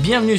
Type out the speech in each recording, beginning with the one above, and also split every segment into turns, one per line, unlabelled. Bienvenue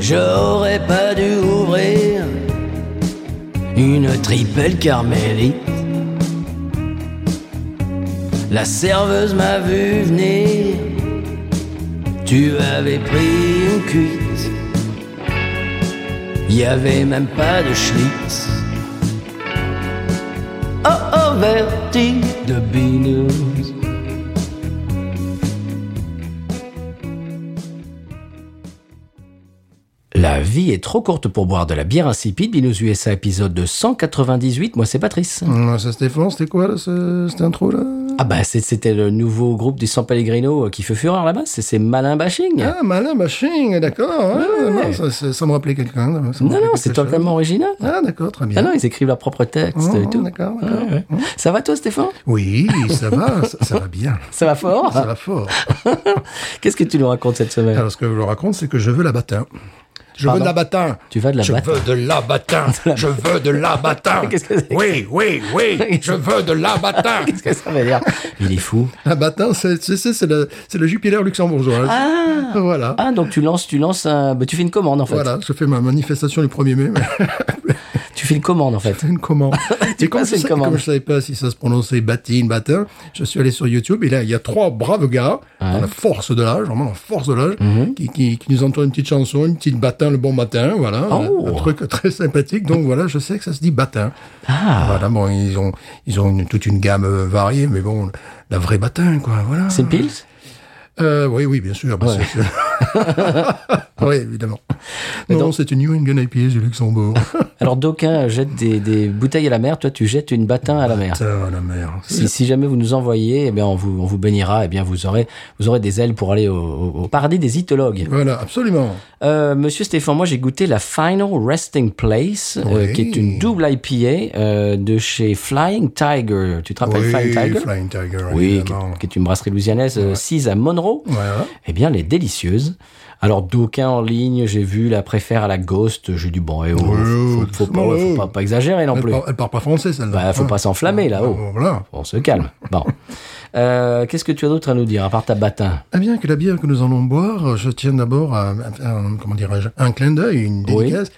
J'aurais pas dû ouvrir une triple carmélite. La serveuse m'a vu venir. Tu avais pris une cuite. Y avait même pas de schlitz. Oh oh, vertige de binous.
La vie est trop courte pour boire de la bière insipide. Binous USA épisode de 198. Moi, c'est Patrice.
Hum, Ça Stéphane, c'était quoi là, ce- cette intro là
Ah bah, c'est- c'était le nouveau groupe du San Pellegrino euh, qui fait fureur là-bas. C'est c'est Malin Bashing.
Ah, malin machine, d'accord. hein,
Ouais.
non, ça, ça- ça me rappelait quelqu'un. ça me
non,
rappelait
non,
quelque
c'est
chose.
totalement original.
Ah, d'accord, très
Ah
bien.
non, ils écrivent leur propre texte
Oh,
et tout.
D'accord,
Ouais,
d'accord.
ouais. Ça va toi, Stéphane
Oui, ça va, ça, ça va bien.
Ça va fort
Ça va Ah. fort.
Qu'est-ce que tu nous racontes cette semaine
Alors, ce que je vous raconte, c'est que je veux la batin. Je
Pardon
veux de la batin.
Tu vas de la
Je
batin.
veux de la batin. Je veux de la batin.
Qu'est-ce que c'est que
Oui, oui, oui. Je veux de la batin.
Qu'est-ce que ça veut dire Il est fou.
La batin, c'est tu sais, c'est le, c'est le Jupiter luxembourgeois.
Ah
Voilà.
Ah, donc tu lances, tu lances un... bah, tu fais une commande, en fait.
Voilà, je fais ma manifestation le 1er mai. mais
Tu fais une commande, en fait.
C'est une commande.
Tu
Et comme,
passes
je
une
sais-
commande.
comme je savais pas si ça se prononçait Batine, Batin, je suis allé sur YouTube et là, il y a trois braves gars, dans la force de l'âge, vraiment la force de l'âge,
Mhm.
qui, qui, qui nous entendent une petite chanson, une petite Batin le bon matin, voilà.
Oh.
Un truc très sympathique. Donc voilà, je sais que ça se dit Batin.
Ah.
Voilà, bon, ils ont, ils ont une- toute une gamme euh, variée, mais bon, la vraie Batin, quoi, voilà.
C'est une pile
Euh, oui, oui, bien sûr. bah,
Ouais.
c'est- c'est- oui, évidemment.
Mais
Non,
donc-
c'est une New England IPA du Luxembourg.
Alors, d'aucuns jettent des, des bouteilles à la mer. Toi, tu jettes une batin à la mer.
Putain, la mer.
Si, si jamais vous nous envoyez, eh bien, on vous, on vous bénira. Eh bien, vous aurez, vous aurez des ailes pour aller au, au- au paradis des itologues.
Voilà, absolument.
Euh, Monsieur Stéphane, moi j'ai goûté la Final Resting Place, euh,
Oui.
qui est une double IPA euh, de chez Flying Tiger. Tu te rappelles
oui,
Flying Tiger
Flying Tiger,
Oui, qui
évidemment.
est, qui est une brasserie louisianaise euh, sise à Monroe.
Ouais, ouais.
Eh bien, elle est délicieuse. Alors, d'aucuns en ligne, j'ai vu la préfère à la Ghost. J'ai dit, bon, eh oh, faut,
Ouais,
faut pas,
ouais.
faut pas- pas exagérer non
Elle,
plus.
parle- elle part pas français, celle-là.
Bah, faut
Ouais.
pas s'enflammer là-haut.
Ouais, Voilà.
On se calme. Bon. Euh, Qu'est-ce que tu as d'autre à nous dire, à part ta batin
Eh bien, que la bière que nous allons boire, euh, je tiens d'abord à, à faire un- comment dirais-je, un clin d'œil, une
Oui.
dédicace.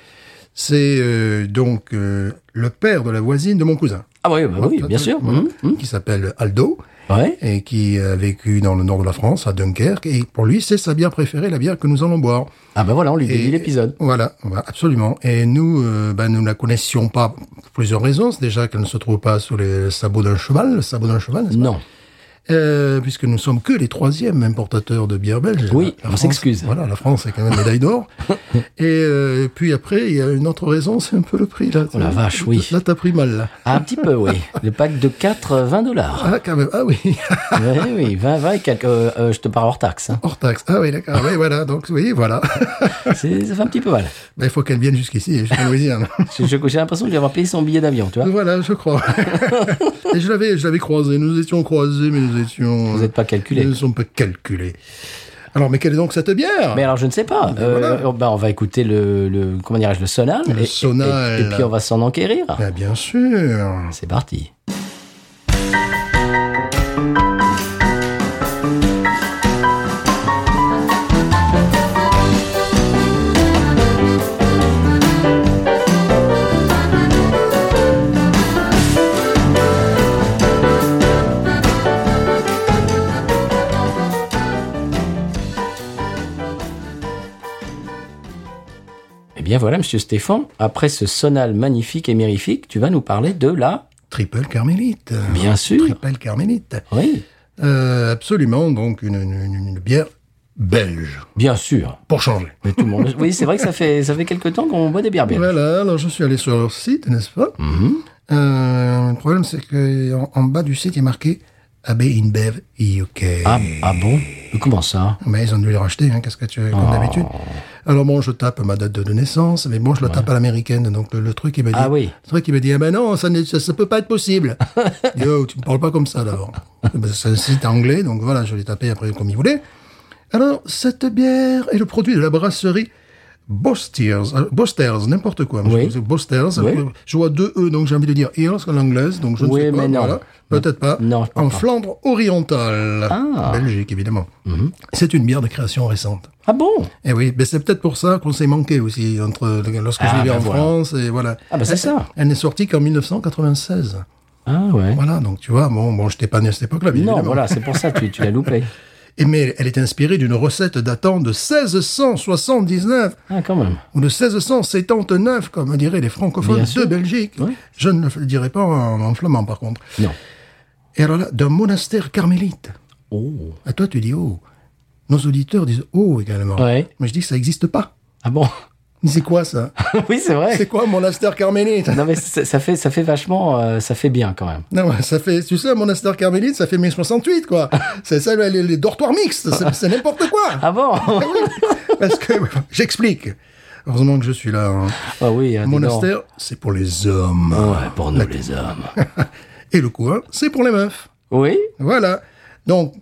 C'est euh, donc euh, le père de la voisine de mon cousin. Hein,
Ah oui, bah oui, bien sûr.
Voilà.
Mhm, mhm.
Qui s'appelle Aldo.
Ouais.
et qui a vécu dans le nord de la France, à Dunkerque. Et pour lui, c'est sa bière préférée, la bière que nous allons boire.
Ah ben voilà, on lui dédie
Et-
l'épisode.
Voilà, voilà, absolument. Et nous, euh, ben, nous ne la connaissions pas pour plusieurs raisons. C'est déjà qu'elle ne se trouve pas sous les sabots d'un cheval, le sabot d'un cheval, n'est-ce pas
Non.
Euh, puisque nous sommes que les troisièmes importateurs de bière belge.
Oui,
La
on
France-
s'excuse.
Voilà, la France est quand même médaille d'or. et euh, puis après, il y a une autre raison, c'est un peu le prix. Là,
Oh la vache, oui.
Là, t'as pris mal, là.
Ah, un petit peu, oui. Le pack de 4, euh, 20 dollars.
Ah, quand même. Ah oui.
Oui, oui, 20, 20 et quelques. euh, euh, je te parle hors taxe. hein.
Hors taxe. Ah oui, d'accord. Oui, voilà. Donc, oui, voilà.
C'est- Ça fait un petit peu mal.
Ben, il faut qu'elle vienne jusqu'ici, jusqu'à Louisiane. Ben,
Je- je- J'ai l'impression de lui avoir payé son billet d'avion, tu vois.
voilà, je crois. Et je l'avais, je l'avais croisé. Nous étions croisés, mais nous étions.
Vous n'êtes pas calculé.
Nous ne sommes pas calculés. Alors, mais quelle est donc cette bière
Mais alors, je ne sais pas. Euh,
Ah. Ben voilà.
euh, bah, on va écouter le, le comment dirais-je, le sonal.
Le
et, et-
sonal.
Et, et puis, on va s'en enquérir.
Ben, Bien sûr.
C'est parti. Eh bien voilà, Monsieur Stéphane, après ce sonal magnifique et mirifique, tu vas nous parler de la...
Triple carmélite.
Bien sûr.
Triple carmélite.
Oui,
Euh, absolument. Donc, une, une- une- une bière belge.
bien sûr.
Pour changer.
Mais tout le monde. Oui, c'est vrai que ça fait ça fait quelque temps qu'on boit des bières belges.
Voilà. Alors, je suis allé sur leur site, n'est-ce pas
Mm-hmm.
Euh, Le problème, c'est qu'en en bas du site, il est marqué AB InBev UK.
Ah, ah bon Mais Comment ça
Mais ils ont dû les racheter, hein, qu'est-ce que tu veux, comme
Oh.
d'habitude. Alors bon, je tape ma date de naissance, mais bon, je la tape à l'américaine. Donc le, le truc, il m'a dit,
Ah oui.
le truc, il m'a dit, ah ben non, ça ne ça, ça peut pas être possible. Il dit, oh, tu me parles pas comme ça d'abord. Ben, C'est un site anglais, donc voilà, je l'ai tapé après comme il voulait. Alors, cette bière est le produit de la brasserie Bosters, Euh, Bosters, n'importe quoi.
Oui.
Je- Bosters,
Oui.
euh, je vois deux E, donc j'ai envie de dire Ears, c'est l'anglaise, donc je ne
Oui,
sais pas.
mais non.
voilà. Peut-être pas.
Non, je pense
en
pas.
Flandre orientale, Belgique évidemment. C'est une bière de création récente.
Ah bon
Eh oui, mais c'est peut-être pour ça qu'on s'est manqué aussi entre lorsque
Ah,
je vivais
ben
en
voilà.
France et voilà.
Ah, ben c'est
Elle-
ça.
Elle n'est sortie qu'en 1996.
Ah ouais.
Voilà, donc tu vois, bon, bon, j'étais pas né à cette époque-là, bien
Non,
évidemment.
voilà, c'est pour ça que tu, tu l'as loupé.
Et mais elle est inspirée d'une recette datant de 1679
Ah, quand même.
ou de 1679, comme diraient les francophones
Bien
de
sûr.
Belgique.
Ouais.
Je ne le dirai pas en, en flamand, par contre.
Non.
Et alors là, d'un monastère carmélite.
Oh.
À toi, tu dis oh. Nos auditeurs disent oh également.
Ouais.
Mais je dis que ça n'existe pas.
Ah bon
Mais c'est quoi ça
Oui, c'est
C'est
vrai.
quoi monastère carmélite
Non, mais ça, ça fait, ça fait vachement. euh, ça fait bien quand même.
Non, ouais, ça fait, tu sais, un monastère carmélite, ça fait 1068, quoi. c'est ça, les, les dortoirs mixtes, c'est- c'est n'importe quoi.
Ah bon
Parce que, j'explique. Heureusement que je suis là. hein.
Ah oui, euh, dis donc.
Monastère, c'est pour les hommes.
Ouais, pour nous les hommes. Ah.
Et le coin, c'est pour les meufs.
Oui
Voilà. Donc,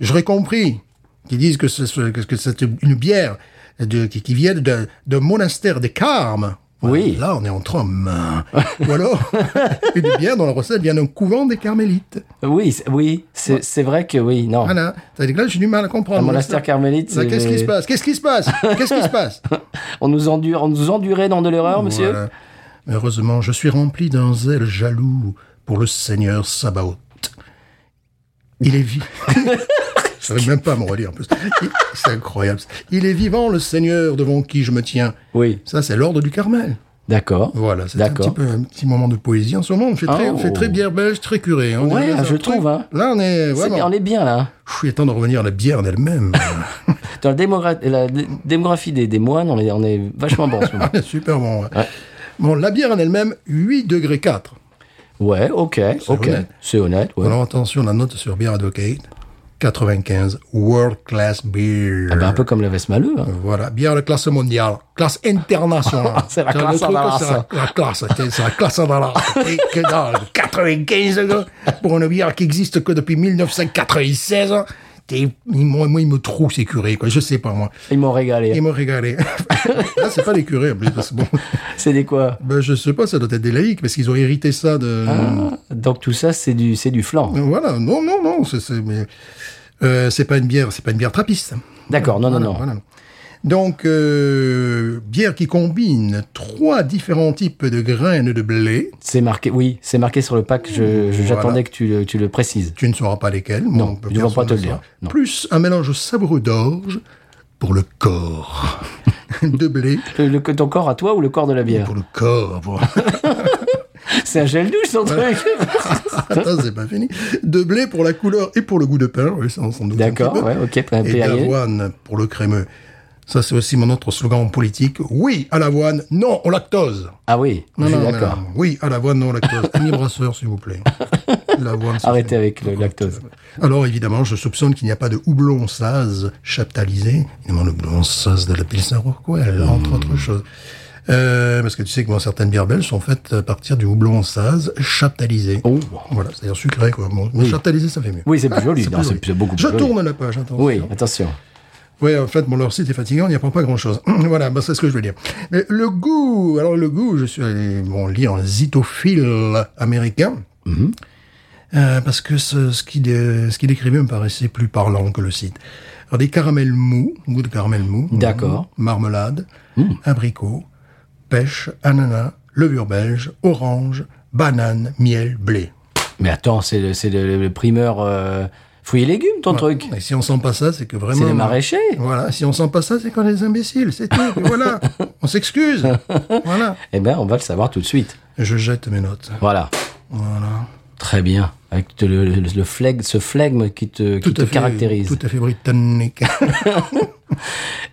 j'aurais compris qu'ils disent que c'est que- que c'est une bière de, qui, qui vient d'un d'un monastère des Carmes. Voilà,
Oui.
Là, on est entre hommes. Ou alors, une bière dont la recette vient d'un couvent des Carmélites.
Oui, c'est- oui, c'est c'est vrai que oui, non.
Voilà. C'est-à-dire que là, j'ai du mal à comprendre.
Ah. Un monastère carmélite,
Ça,
c'est-
Bah, Qu'est-ce qui se passe Qu'est-ce qui se passe Qu'est-ce qui se passe
On nous endure, on nous endurait dans de l'erreur, Oh, monsieur
Voilà. Mais Heureusement, je suis rempli d'un zèle jaloux pour le Seigneur Sabaoth. Il est vivant. je ne même pas à me relire en plus. Il- C'est incroyable. Il est vivant, le Seigneur devant qui je me tiens.
Oui,
Ça, c'est l'ordre du Carmel.
d'accord.
Voilà, c'est un
D'accord.
petit, peu, un petit moment de poésie en ce moment. On fait très, on fait
Oh.
très bière belge, très curé. On
Ouais,
est dans un
je trouve, hein.
Là, on est
C'est
vraiment.
bien, on est bien là.
Pff, Il est temps de revenir à la bière en elle-même.
Dans la, démogra- la dé- démographie des, des moines, on est, on est vachement bon en ce moment.
Ah, Super bon. ouais. Bon, la bière en elle-même, 8 degrés 4.
Ouais, ok, ok.
honnête.
C'est honnête, ouais.
Alors attention, la note sur Beer Advocate, 95, World Class Beer.
Ah bah, un peu comme la veste maleux. hein.
Voilà, bière de classe mondiale, classe internationale.
C'est la
Le
classe
truc,
à la
c'est la, la classe, c'est c'est la classe à la race. Et que dalle, 95 gars, pour une bière qui existe que depuis 1996. t'es- ils m'ont- moi, ils me trouent ces curés, quoi. Je sais pas, moi.
Ils m'ont
Ils
régalé.
m'ont régalé. Là, c'est pas les curés, en plus, parce que bon.
C'est des quoi
Ben, je sais pas, ça doit être des laïcs, parce qu'ils ont hérité ça de.
Ah. Donc tout ça, c'est du, c'est du flan.
Euh, Voilà, non, non, non, c'est c'est- mais, euh, c'est pas une bière, c'est pas une bière trappiste.
D'accord, non, non, non.
Voilà. Donc, euh, bière qui combine trois différents types de graines de blé.
C'est marqué, oui, c'est marqué sur le pack. je- je- J'attendais
Voilà.
que tu le, tu le précises.
Tu ne sauras pas lesquelles. mais
Non,
on peut
ils vont
personne
pas te
ne
le
saura.
dire, non.
Plus un mélange sabreux d'orge pour le corps de blé.
Le, le- ton corps à toi ou le corps de la bière
Pour le corps, pour-
C'est un gel douche, son truc
Attends, c'est pas fini. De blé pour la couleur et pour le goût de pain. Oui, ça, on s'en doute un
D'accord,
petit peu.
ouais, ok, un
Et
PAIE.
d'avoine pour le crémeux. Ça, c'est aussi mon autre slogan en politique. Oui à l'avoine, non au lactose.
Ah oui,
Non,
je suis
non, mais
d'accord.
non. Oui, à l'avoine, non au lactose. Ami brasseur, s'il vous plaît. L'avoine. s'il vous
Arrêtez
plaît.
avec le lactose.
Alors, évidemment, je soupçonne qu'il n'y a pas de houblon saz chaptalisé. Évidemment, le houblon saz de la Pilsner Urquell,
Hmm.
entre autres choses. Euh, parce que tu sais que bon, certaines bières belges sont faites à partir du houblon saz chaptalisé.
Oh.
Voilà, c'est-à-dire sucré, quoi. Bon, mais chaptalisé, ça fait mieux. Ah,
Oui, c'est plus joli. non,
plus
C'est
joli.
c'est beaucoup plus
Je
joli.
tourne la page, attends.
Oui, attention.
Oui, en fait, bon, leur site est fatigant, on n'y apprend pas grand-chose. voilà, bah, c'est ce que je veux dire. Mais le goût, alors le goût, je suis allé bon, lire un zitophile américain,
Mhm.
Euh, parce que ce, ce qu'il dé- ce qu'il décrivait me paraissait plus parlant que le site. Alors, des caramels mous, goût de caramel mou.
D'accord. Mhm.
Mhm. Marmelade, abricot, pêche, ananas, levure belge, orange, banane, miel, blé.
Mais attends, c'est le, c'est le- le primeur euh, fruits et légumes, ton truc
Et si on sent pas ça, c'est que vraiment...
C'est les maraîchers
Eh, Voilà, si on sent pas ça, c'est qu'on est des imbéciles, c'est tout. Et voilà, on s'excuse. Voilà.
Eh bien, on va le savoir tout de suite.
Je jette mes notes.
Voilà.
Voilà.
Très bien. Avec te- le, le, le flegme- ce flegme qui te, qui te
à fait-
caractérise.
Tout à fait britannique.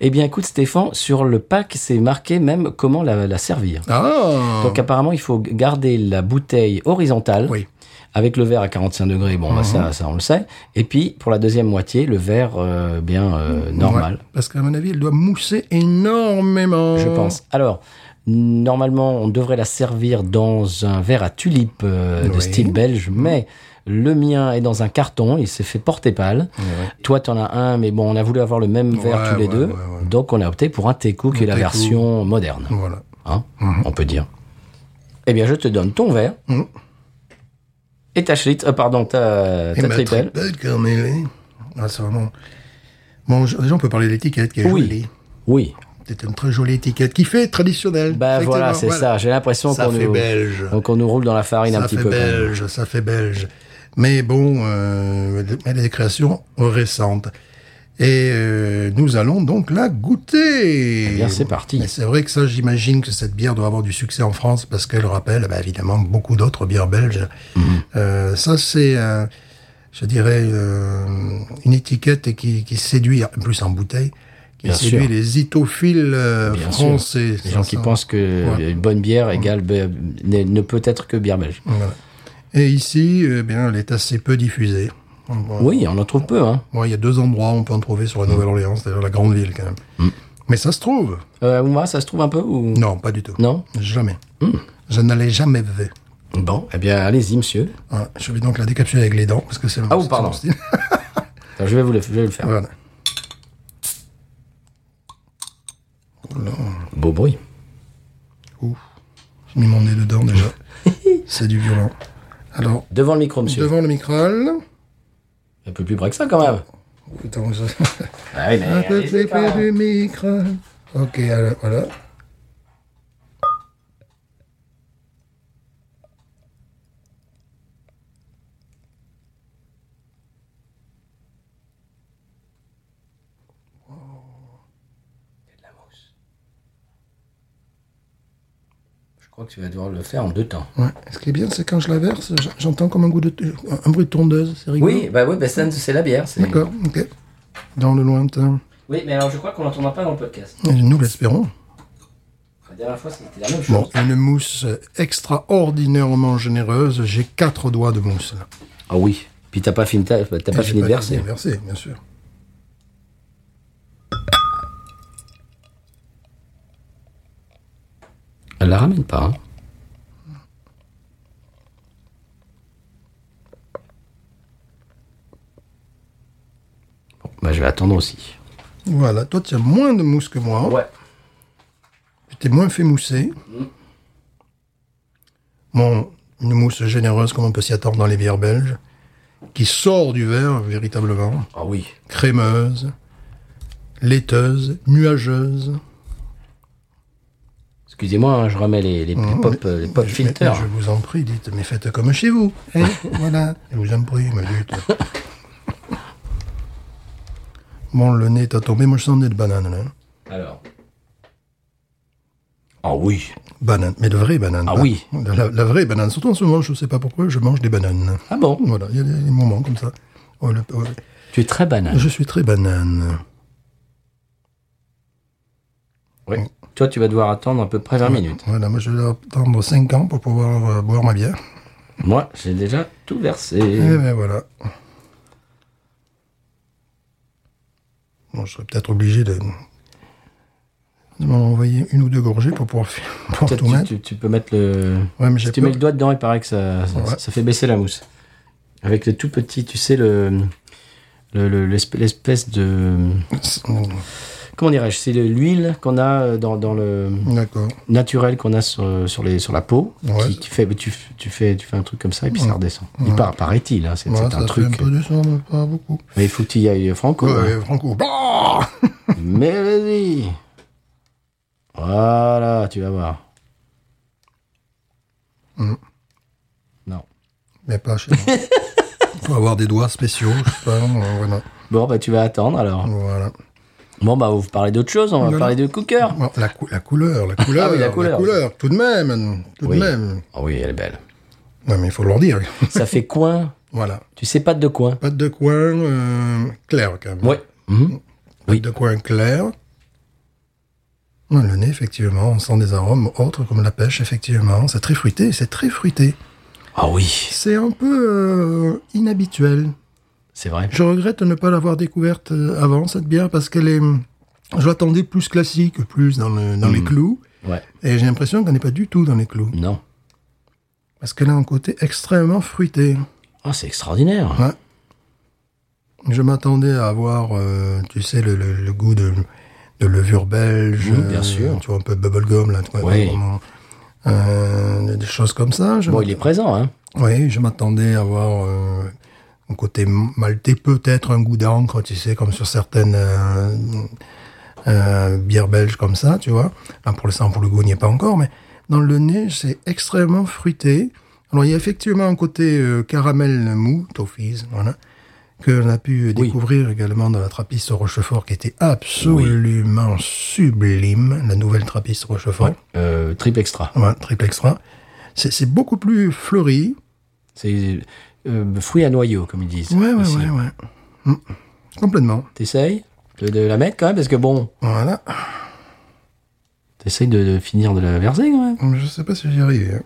Eh bien, écoute, Stéphane, sur le pack, c'est marqué même comment la, la servir.
ah
Donc, apparemment, il faut garder la bouteille horizontale.
Oui. Mhm.
Avec le verre à 45 degrés, bon, bah, ça, ça, on le sait. Et puis, pour la deuxième moitié, le verre euh, bien euh, normal.
Ouais, parce qu'à mon avis, elle doit mousser énormément.
je pense. Alors, normalement, on devrait la servir dans un verre à tulipe euh, de
Oui.
style belge, mais le mien est dans un carton, il s'est fait porter pâle. Toi, t'en as un, mais bon, on a voulu avoir le même verre
Ouais,
tous les
ouais,
deux,
ouais, ouais.
donc on a opté pour un Teco qui est la
Teco.
version moderne,
Voilà.
hein, on peut dire. Eh bien, je te donne ton verre
Mhm.
et ta schlitz, euh, pardon, ta,
Et
ta
ma
triple.
triple cornélée. Ah, c'est vraiment. Bon, je- déjà, on peut parler de l'étiquette qui est
Oui.
jolie.
Oui,
C'est une très jolie étiquette qui fait traditionnelle.
bah
Exactement,
voilà, c'est ça. J'ai l'impression
Ça
qu'on
fait
nous,
belge.
donc on nous roule dans la farine un
Ça
petit
fait
peu. quand même.
belge, ça fait belge. Mais bon, euh, elle est des créations récentes. Et euh, nous allons donc la goûter.
Eh bien, c'est parti.
Mais c'est vrai que ça, j'imagine que cette bière doit avoir du succès en France parce qu'elle rappelle, bah, évidemment, beaucoup d'autres bières belges.
Mhm.
Euh, ça, c'est, euh, je dirais, euh, une étiquette qui, qui séduit, en plus en bouteille, qui
Bien
séduit
sûr.
les itophiles euh,
Bien sûr.
français.
Les gens
Ça,
qui
ça-
pensent que
Ouais.
une bonne bière égale be- ne, ne peut être que bière belge.
Voilà. Et ici, eh bien, elle est assez peu diffusée. Voilà.
Oui, on en trouve peu. Hein.
Ouais, il y a deux endroits où on peut en trouver sur la
Mm.
Nouvelle-Orléans, c'est-à-dire la grande ville quand même. Mais ça se trouve.
Euh, moi, ça se trouve un peu ou
Non, pas du tout.
Non Mm.
Jamais. Je ne l'ai jamais vu.
Bon, eh bien, allez-y, monsieur.
Ouais, je vais donc la décapsuler avec les dents parce que c'est
Ah, ou
c'est
pardon. Ah.
son style.
Attends, je vais vous le, je vais le faire.
voilà.
Beau bruit.
J'ai mis mon nez dedans déjà. c'est du violent. Alors,
Devant le micro, monsieur.
devant le micro-ondes.
Un peu plus près que ça, quand même.
Attends, je-
Ah oui, mais
Un peu
allez-y,
plus
quand
près
même.
du micro. Ok, alors, voilà.
Je crois que tu vas devoir le faire en deux temps.
Ouais. Ce qui est bien, c'est quand je la verse, j- j'entends comme un, goût de un bruit de tondeuse. C'est rigolo.
Oui, bah oui, bah ça, c'est la bière. c'est-
D'accord, ok. Dans le lointain.
Oui, mais alors je crois qu'on l'entendra pas dans le podcast.
Et Nous l'espérons.
La dernière fois, c'était la même chose.
Bon, une mousse extraordinairement généreuse. J'ai quatre doigts de mousse. là.
Ah oui. Puis t'as pas fini, t'as t'as pas
Ah, J'ai
fini de verser.
verser, bien sûr.
Elle la ramène pas. hein. Bon, bah, je vais attendre aussi.
Voilà, toi tu as moins de mousse que moi.
Ouais. Mm.
Tu t'es moins fait mousser. Bon, une mousse généreuse comme on peut s'y attendre dans les bières belges, qui sort du verre véritablement,
Ah oui.
crémeuse, laiteuse, nuageuse.
Excusez-moi, hein, je remets les, les- les pop, euh, les pop
Mais-
filters.
mais Je vous en prie, dites, mais faites comme chez vous.
Eh.
hein, voilà, je vous en prie, mais dites. Bon, le nez t'a tombé, moi je sens le nez de banane, là.
Alors. Ah oui.
Banane, mais de vraies bananes.
Ah
pas-
oui.
La, la vraie banane. Surtout en ce moment, je ne sais pas pourquoi, je mange des bananes.
Ah bon
Voilà, il y a des moments comme ça. Oh, le- oh,
Tu es très banal.
je suis très banane.
Oui. Toi, tu vas devoir attendre à peu près 20 minutes.
Voilà, moi je vais attendre 5 ans pour pouvoir euh, boire ma bière.
Moi, j'ai déjà tout versé.
Et ben voilà. Bon, je serais peut-être obligé de, de m'en envoyer une ou deux gorgées pour pouvoir fi- pour
Peut-être
tout
tu,
mettre.
tu- tu peux mettre le.
Ouais, mais
si
j'ai
tu
peur.
mets le doigt dedans, il paraît que ça, ça,
Ouais.
ça fait baisser la mousse. Avec le tout petit, tu sais, le. le- le- l'espèce- L'espèce de.
Mm,
Comment dirais-je C'est le- l'huile qu'on a euh, dans, dans le.
D'accord.
naturel qu'on a sur, sur les, sur la peau.
Ouais.
Qui, qui fait, tu, tu, fais, tu fais un truc comme ça et puis ça redescend. Il part, paraît-il, hein, c'est
Voilà,
c'est
ça
un
fait un
truc.
peu de sang, mais pas beaucoup.
Mais il faut que tu y ailles franco.
Ouais,
hein.
ouais, Franco. Bah
Mais vas-y. Voilà, tu vas voir.
Mm.
Non.
Mais pas chez moi. Faut avoir des doigts spéciaux, je sais pas. euh, Voilà.
Bon, bah tu vas attendre alors.
voilà.
Bon, bah vous parlez d'autre chose, on va
Mm. Non,
parler de Cooker.
Bon, la, cou- la couleur, la couleur,
Ah oui, la couleur.
tout de même, tout
Oui.
de même.
Ah oui, elle est belle.
Non, mais il faut leur dire.
ça fait coin.
voilà.
Tu sais pas de coin.
Pâte de coin euh, claire, quand même.
Ouais. Mhm.
Pâte
oui.
de coin claire. Ouais, Le nez, effectivement, on sent des arômes autres comme la pêche, effectivement. C'est très fruité, c'est très fruité.
Ah oui,
C'est un peu euh, inhabituel.
c'est vrai.
Je regrette de ne pas l'avoir découverte euh, avant, cette bière, parce qu'elle est... Je l'attendais plus classique, plus dans, le- dans les clous.
Ouais.
Et j'ai l'impression qu'on n'est pas du tout dans les clous.
Non.
Parce qu'elle a un côté extrêmement fruité.
Ah, c'est extraordinaire.
Ouais. Je m'attendais à avoir, euh, tu sais, le, le- le goût de, de levure belge. euh,
Mhm, bien sûr.
Tu vois, un peu bubblegum, là. tu vois,
Oui.
vraiment, euh, des choses comme ça. Je
Bon, il est présent, hein.
Oui, je m'attendais à avoir euh, un côté maltais, peut-être un goût d'encre, tu sais, comme sur certaines euh, euh, bières belges comme ça, tu vois. Là, pour le sang, pour le goût, on n'y est pas encore, mais dans le nez, c'est extrêmement fruité. Alors, il y a effectivement un côté euh, caramel mou, toffees, voilà, que l'on a pu euh,
Oui.
découvrir également dans la Trappiste au Rochefort, qui était absolument sublime, la nouvelle Trappiste au Rochefort,
Euh, trip extra.
Ouais, triple extra. C'est c'est beaucoup plus fleuri,
C'est euh, fruit à noyau, comme ils disent.
Ouais, ouais,
aussi.
ouais, ouais. Mm. Complètement.
T'essayes de, de la mettre quand même Parce que bon,
Voilà.
t'essayes de, de finir de la verser quand même.
Mm, Je sais pas si j'y arrive. hein.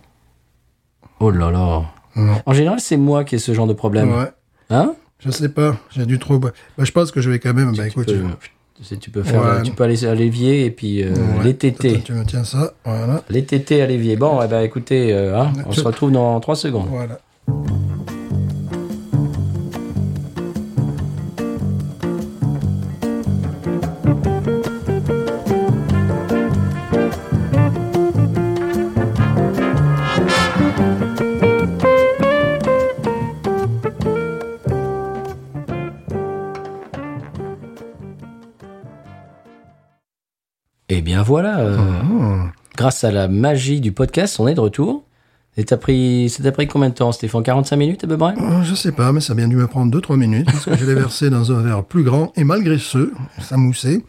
Oh là là.
Non.
En général, c'est moi qui ai ce genre de problème.
Ouais.
Hein
Je sais pas. J'ai dû trop. boire. Bah, je pense que je vais quand même. Bah,
tu,
écoute.
peux,
je-
Euh, tu sais, tu peux faire,
Ouais.
tu peux aller à l'évier et puis euh,
Ouais.
les téter.
Attends, tu me tiens ça. Voilà.
Les tétés à l'évier. Bon, eh ben, écoutez, euh, hein, on
Tu-
se retrouve dans 3 secondes.
Voilà.
Eh bien voilà, euh,
Mm.
grâce à la magie du podcast, on est de retour. Et t'as pris, ça t'a pris combien de temps, Stéphane 45 minutes à peu près
Euh, Je sais pas, mais ça a bien dû me prendre 2-3 minutes parce que je l'ai versé dans un verre plus grand et malgré ce, ça moussait.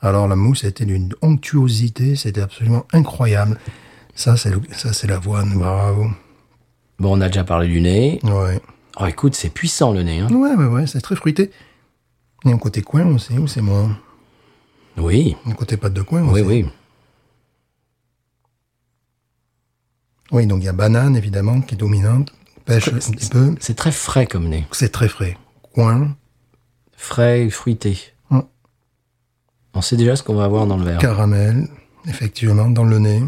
Alors la mousse était d'une onctuosité, c'était absolument incroyable. Ça, c'est le- ça, c'est l'avoine, bravo.
Bon, on a déjà parlé du nez.
Ouais.
Oh, écoute, c'est puissant le nez. hein.
Ouais, ouais, ouais, c'est très fruité. Il y a un côté coin aussi, ou c'est moi
Oui,
Un côté pâte de coin
oui,
aussi.
oui.
Oui, donc il y a banane, évidemment, qui est dominante. Pêche un petit peu.
C'est très frais comme nez.
C'est très frais. Coin,
Frais et fruité.
Mm.
On sait déjà ce qu'on va avoir dans le verre.
caramel, effectivement, dans le nez.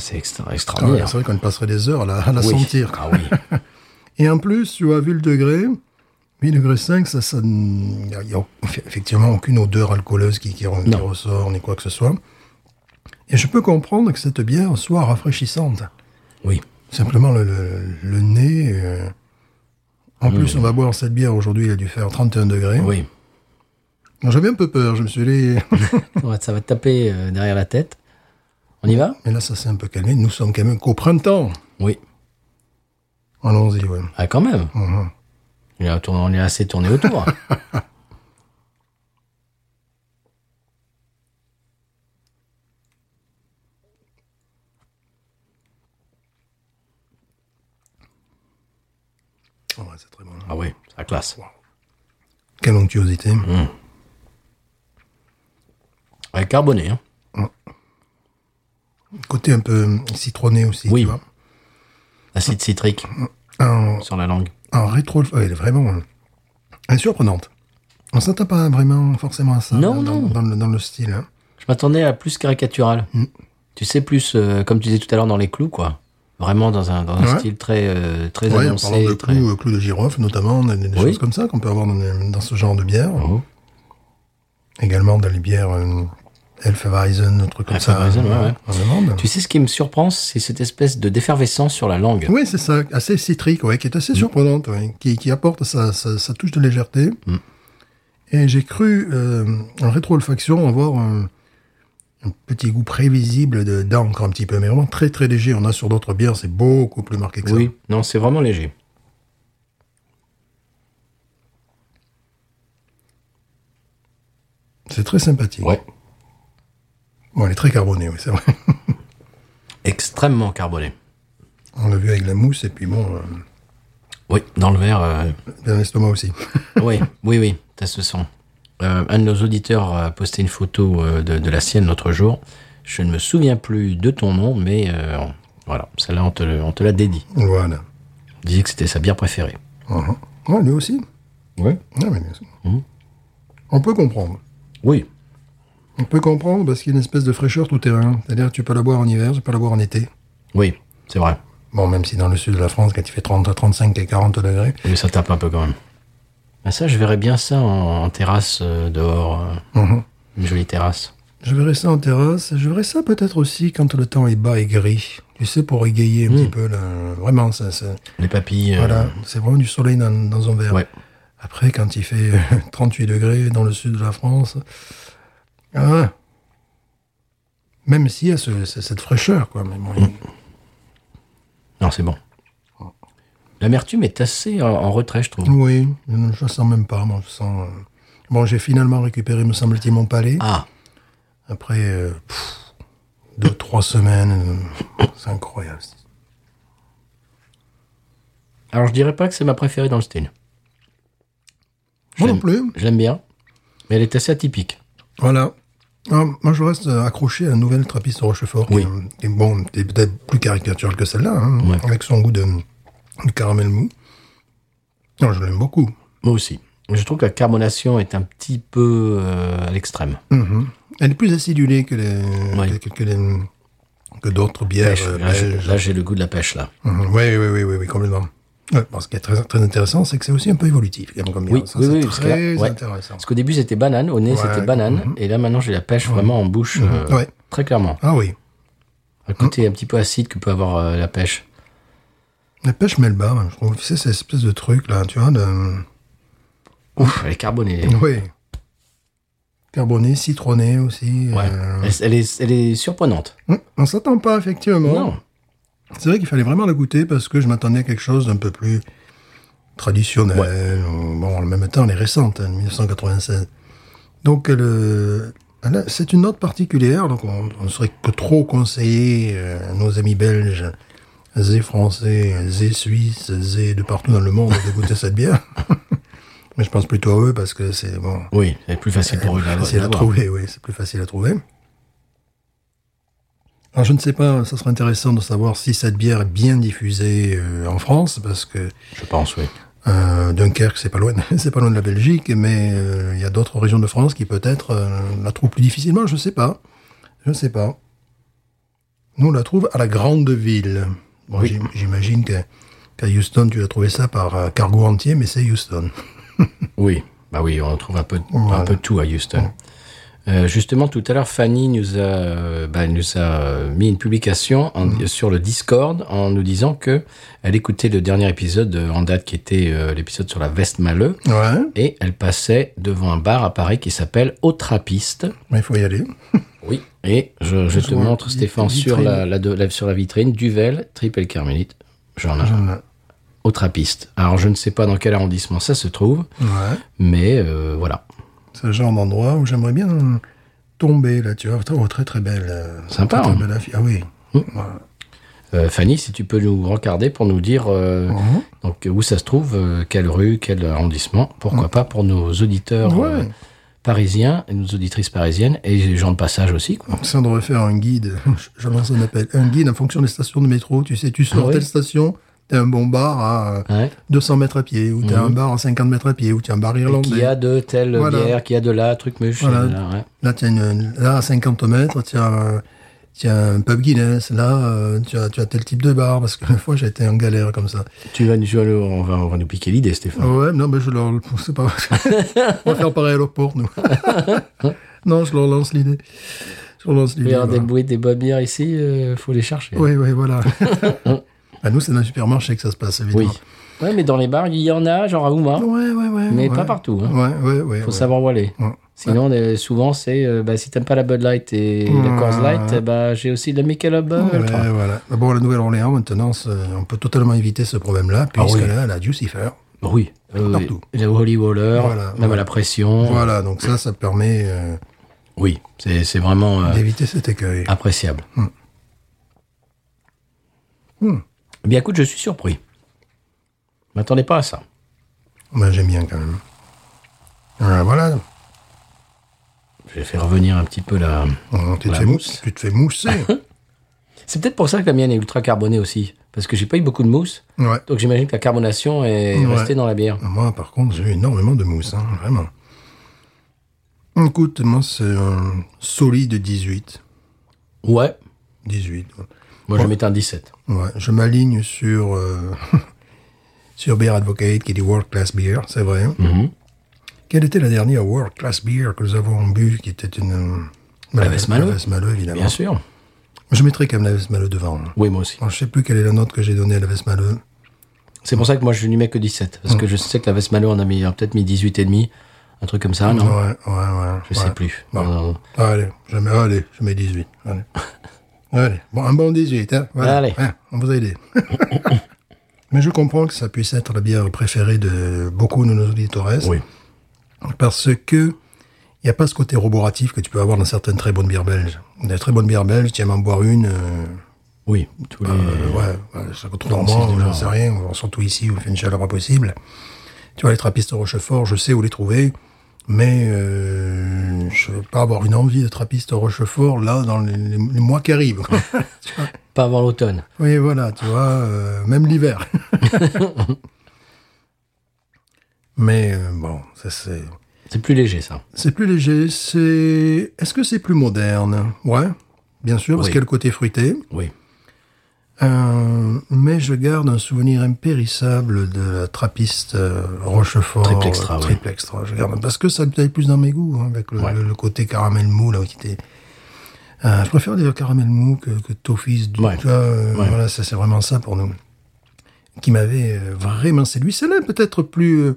C'est extra-
Ah ouais,
extraordinaire.
c'est vrai qu'on passerait des heures là, à la
Oui.
sentir.
Ah oui.
Et en plus, tu vois, vu le degré, 8 degrés 5, ça, ça, il n'y a eff- effectivement aucune odeur alcooleuse qui, qui, re- qui
Non.
ressort, ni quoi que ce soit. Et je peux comprendre que cette bière soit rafraîchissante.
Oui.
Simplement le, le- le nez. euh, En plus, on va boire cette bière aujourd'hui, il a dû faire 31 degrés.
Hmm. Oui.
Donc, J'avais un peu peur, je me suis dit,
Ouais, Ça va te taper euh, derrière la tête. On y va
mais là ça s'est un peu calmé, nous sommes quand même qu'au printemps.
Oui.
Allons-y, ouais.
Ah, quand même.
Mhm.
Il a tourné- on est assez tourné autour.
Oh, Ouais, c'est très bon.
ah oui, ça classe.
Quelle onctuosité.
Ouais, carboné. hein.
Côté un peu citronné aussi,
Oui.
tu vois.
Acide citrique
Mm. Un,
sur la langue.
un rétro... ouais, elle est vraiment... euh, Elle est surprenante. On s'attend pas vraiment forcément à ça
Non,
dans,
non.
Dans, le, dans le style. hein.
Je m'attendais à plus caricatural.
Mm.
Tu sais, plus, euh, comme tu disais tout à l'ure, dans les clous, quoi. Vraiment dans un, dans un
Ouais.
style très, euh, très
Ouais, en parlant
annoncé.
de
très-
clous, euh, clous de girofle notamment, des, des
Oui.
choses comme ça qu'on peut avoir dans, les- dans ce genre de bière.
Oh.
Également dans les bières euh, Hefeweizen, un truc comme ça.
Hefeweizen, ouais,
euh,
ouais.
en Allemagne.
Tu sais, ce qui me surprend, c'est cette espèce de défervescence sur la langue.
Oui, c'est ça, assez citrique, ouais, qui est assez surprenante, ouais, qui, qui apporte sa, sa- sa touche de légèreté. Et j'ai cru, euh, en rétro-olfaction, avoir un, un petit goût prévisible de- d'encre un petit peu, mais vraiment très très léger. On a sur d'autres bières, c'est beaucoup plus marqué que ça.
Oui, non, c'est vraiment léger.
C'est très sympathique. Bon, elle est très carbonée, oui, c'est vrai.
Extrêmement carboné.
On l'a vu avec la mousse, et puis bon, euh,
Oui, dans le verre. euh,
dans l'estomac aussi.
oui, oui, oui, t'as ce son. Euh, un de nos auditeurs a posté une photo euh, de, de la sienne l'autre jour. Je ne me souviens plus de ton nom, mais euh, voilà, celle-là, on te, le- on te la dédie.
Voilà.
On disait que c'était sa bière préférée.
Mhm. Ouais, lui aussi.
Ouais.
Ah, mais bien sûr. On peut comprendre.
Oui.
On peut comprendre parce qu'il y a une espèce de fraîcheur tout terrain. C'est-à-dire, tu peux la boire en hiver, tu peux la boire en été.
Oui, c'est vrai.
Bon, même si dans le sud de la France, quand il fait 30 à 35 et 40 degrés,
Mais ça tape un peu quand même. Ah, ça, je verrais bien ça en, en terrasse euh, dehors. euh,
Mhm.
Une jolie terrasse.
je verrais ça en terrasse. Je verrais ça peut-être aussi quand le temps est bas et gris. Tu sais, pour égayer un petit peu. là, Vraiment, ça, ça-
Les papilles. Mhm. euh,
voilà, c'est vraiment du soleil dans, dans un verre.
Ouais.
Après, quand il fait 38 degrés dans le sud de la France, ah, même s'il y a ce- ce- cette fraîcheur, quoi. Mais bon,
Mhm.
il-
Non, c'est bon. L'amertume est assez en, en retrait, je trouve.
Oui, je ne je le sens même pas. Moi, je sens, euh, Bon, j'ai finalement récupéré, me semble-t-il, mon palais.
Ah,
Après euh, pff, deux, trois semaines, euh, c'est incroyable.
alors je dirais pas que c'est ma préférée dans le style. Je
Moi non
l'aime-
plus.
Je l'aime bien, mais elle est assez atypique.
Voilà. Ah, moi, je reste euh, accroché à la nouvelle Trappiste au Rochefort. Euh,
Oui.
Et bon, qui est peut-être plus caricaturale que celle-là, hein,
Ouais.
avec son goût de, de caramel mou. Non, je l'aime beaucoup.
Moi aussi. Je trouve que la carbonation est un petit peu euh, à l'extrême.
Mhm. Elle est plus acidulée que les,
Ouais.
que, que les- que d'autres bières
Pêche.
euh,
Là, j'ai-
belges.
là, j'ai le goût de la pêche, là.
Mhm. Oui, oui, oui, oui, oui, complètement. Ouais, bon, ce qui est très, très intéressant, c'est que c'est aussi un peu évolutif. quand même, comme
Oui,
bière. ça,
oui,
c'est
oui, parce que là,
très
ouais.
intéressant.
Parce qu'au début, c'était banane, au nez,
Ouais,
c'était banane, et là, maintenant, j'ai la pêche vraiment en bouche, euh,
Ouais.
très clairement.
Ah oui,
Le côté un petit peu acide que peut avoir euh, la pêche.
la pêche melba, je trouve. C'est cette espèce de truc là, tu vois, de...
Ouf, elle est carbonée.
Oui. Carboné, citronné aussi.
Ouais.
euh,
Elle, elle est, elle est surprenante.
hum, On s'attend pas, effectivement.
Non.
C'est vrai qu'il fallait vraiment la goûter parce que je m'attendais à quelque chose d'un peu plus traditionnel. ou- Bon, en même temps, elle est récente, hein, 1996. Donc, elle, euh, elle a- c'est une note particulière. Donc, on on ne serait que trop conseillé euh, à nos amis belges, zé français, zé suisse, zé de partout dans le monde de goûter cette bière. Mais je pense plutôt à eux parce que c'est bon.
Oui, elle est plus facile pour eux. de la-
facile
de
à
la boire.
trouver, oui, c'est plus facile à trouver. Alors je ne sais pas, ça serait intéressant de savoir si cette bière est bien diffusée euh, en France, parce que
Je pense, oui.
euh, Dunkerque, c'est pas loin, de- c'est pas loin de la Belgique, mais euh, il y a d'autres régions de France qui peut-être euh, la trouvent plus difficilement. Je ne sais pas, je ne sais pas. Nous on la trouve à la grande ville. Bon,
Oui.
j'im- J'imagine que- qu'à Houston tu as trouvé ça par euh, cargo entier, mais c'est Houston.
Oui, bah oui, on trouve un peu, un
Voilà. Mm.
peu de tout à Houston. Euh, justement, tout à l'heure, Fanny nous a, euh, bah, elle nous a euh, mis une publication en-
Mm.
sur le Discord en nous disant que elle écoutait le dernier épisode euh, en date qui était euh, l'épisode sur la veste maleux
Ouais,
et elle passait devant un bar à Paris qui s'appelle Au Trappiste.
mais il faut y aller.
Oui. Et je, je te
Sur la
montre,
vit-
Stéphane, sur
vitrine.
la, la de- la- sur la vitrine, Duvel, Triple Carmélite. J'en ai.
Voilà.
Au Trappiste. Alors, je ne sais pas dans quel arrondissement ça se trouve,
Ouais.
mais euh, voilà.
C'est le genre d'endroit où j'aimerais bien tomber, là, tu vois. Oh, très très belle. euh,
Sympa,
Très,
hein. Mmh.
très belle affiche. Ah oui.
Euh, Fanny, si tu peux nous regarder pour nous dire euh,
Mhm.
donc, où ça se trouve, euh, quelle rue, quel arrondissement, pourquoi pas pour nos auditeurs
Ouais.
euh, parisiens et nos auditrices parisiennes et les gens de passage aussi. quoi.
Ça, on devrait faire un guide. Je- Je lance un appel. Un guide en fonction des stations de métro. Tu sais, tu sors
Ah oui.
telle station, t'as un bon bar à euh,
Ouais.
200 mètres à pied, ou t'as un bar à 50 mètres à pied, ou t'as un bar
Mmh. Qui
irlandais.
a de telle
Voilà.
bière, qui a de là, truc muche.
Voilà.
euh, là, ouais.
Là, t'as une, là, à 50 mètres, tu as, un pub Guinness. Là, euh, tu as, tu as tel type de bar. Parce qu'une fois, j'étais en galère comme ça.
Tu vas, nous- tu vas nous- on, va, on va nous piquer l'idée, Stéphane.
Ah Ouais, non, mais je leur. C'est pas. On va faire pareil à l'aéroport, nous. non, je leur lance l'idée. Je leur lance l'idée.
Regardez
voilà.
le bruit des bonnes bières ici, il faut les chercher.
Oui, oui, voilà. à nous, c'est dans le supermarché que ça se passe,
Oui.
évidemment.
Ouais, mais dans les bars, il y en a, genre à Ouma.
Ouais, ouais, ouais.
Mais
ouais.
pas partout, hein.
Ouais, ouais, ouais.
faut savoir où aller.
Ouais.
Sinon, euh, souvent, c'est euh, bah, si t'aimes pas la Bud Light et la Coors Light, euh, bah, j'ai aussi de la Michelob euh,
Ouais,
Ultra.
voilà. Mais Bon, la Nouvelle-Orléans, maintenant, c'est- on peut totalement éviter ce problème-là, puisque
Ah oui.
là, elle a dû s'y faire.
Oui, euh,
Partout.
La Holy Waller,
Voilà,
même
voilà.
à la pression.
Voilà, donc ça, ça permet euh,
Oui, c'est c'est vraiment euh,
d'éviter cet écueil.
appréciable.
Hmm.
Eh Bien, écoute, je suis surpris. Je m'attendais pas à ça.
Ben, J'aime bien, quand même. Voilà, voilà.
Je vais faire revenir un petit peu la,
Hein, tu, te
la
fais mou-
mousse.
tu te fais mousser.
C'est peut-être pour ça que la mienne est ultra carbonée aussi, parce que j'ai pas eu beaucoup de mousse,
ouais.
donc j'imagine que la carbonation est
Ouais.
restée dans la bière.
Moi, par contre, j'ai eu énormément de mousse, hein, vraiment. Écoute, moi, c'est un solide 18.
Ouais,
18. ouais.
moi je vais mettre un 17.
Ouais, je m'aligne sur, euh, sur Beer Advocate qui dit World Class Beer, c'est vrai.
Mhm.
Quelle était la dernière World Class Beer que nous avons bu qui était une. euh,
Blaves Malo.
Blaves Malo, évidemment.
Bien sûr.
Je mettrai quand même la Malo devant. hein.
Oui, moi aussi.
Bon, je sais plus quelle est la note que j'ai donnée à la Malo.
C'est pour ça que moi je n'y mets que 17, parce
Mm.
que je sais que la Vesmalo en a mis a peut-être mis 18 et demi, un truc comme ça, non
Ouais, ouais, ouais.
Je sais plus. Euh,
Bon.
Non, non, non.
Allez, je mets, allez, je mets 18. Allez. allez. Bon, un bon 18, hein. Voilà.
Allez.
Hein, on vous a aidé. Mais je comprends que ça puisse être la bière préférée de beaucoup de nos auditeurs.
Oui.
Parce que il n'y a pas ce côté roboratif que tu peux avoir dans certaines très bonnes bières belges. Des très bonnes bières belges, tu aimes en boire une, euh,
Oui, tous les...
euh, ouais, ouais, ça coûte trop
Dans le
moins,
sud,
j'en
genre.
sais rien, surtout ici où il fait une chaleur impossible. Tu vois, les trappistes de Rochefort, je sais où les trouver, mais euh, je ne veux pas avoir une envie de trappistes de Rochefort là dans les, les- les mois qui arrivent. quoi.
pas avant l'automne.
oui, voilà, tu vois, euh, même l'hiver. mais euh, bon, ça c'est.
C'est plus léger ça.
C'est plus léger, c'est. Est-ce que c'est plus moderne Ouais, bien sûr, parce
Oui.
qu'il y a le côté fruité.
Oui.
Euh, mais je garde un souvenir impérissable de la trappiste euh, Rochefort.
Triple extra,
euh,
oui.
triple extra, je garde. Parce que ça peut-être plus dans mes goûts, hein, avec le,
Ouais.
le- le côté caramel mou, là, qui était. Euh, je préfère dire caramel mou que, que toffees du.
Ouais.
tu vois, euh,
Ouais.
Voilà, ça, c'est vraiment ça pour nous. Qui m'avait euh, vraiment séduit. Celle-là, est peut-être plus. euh,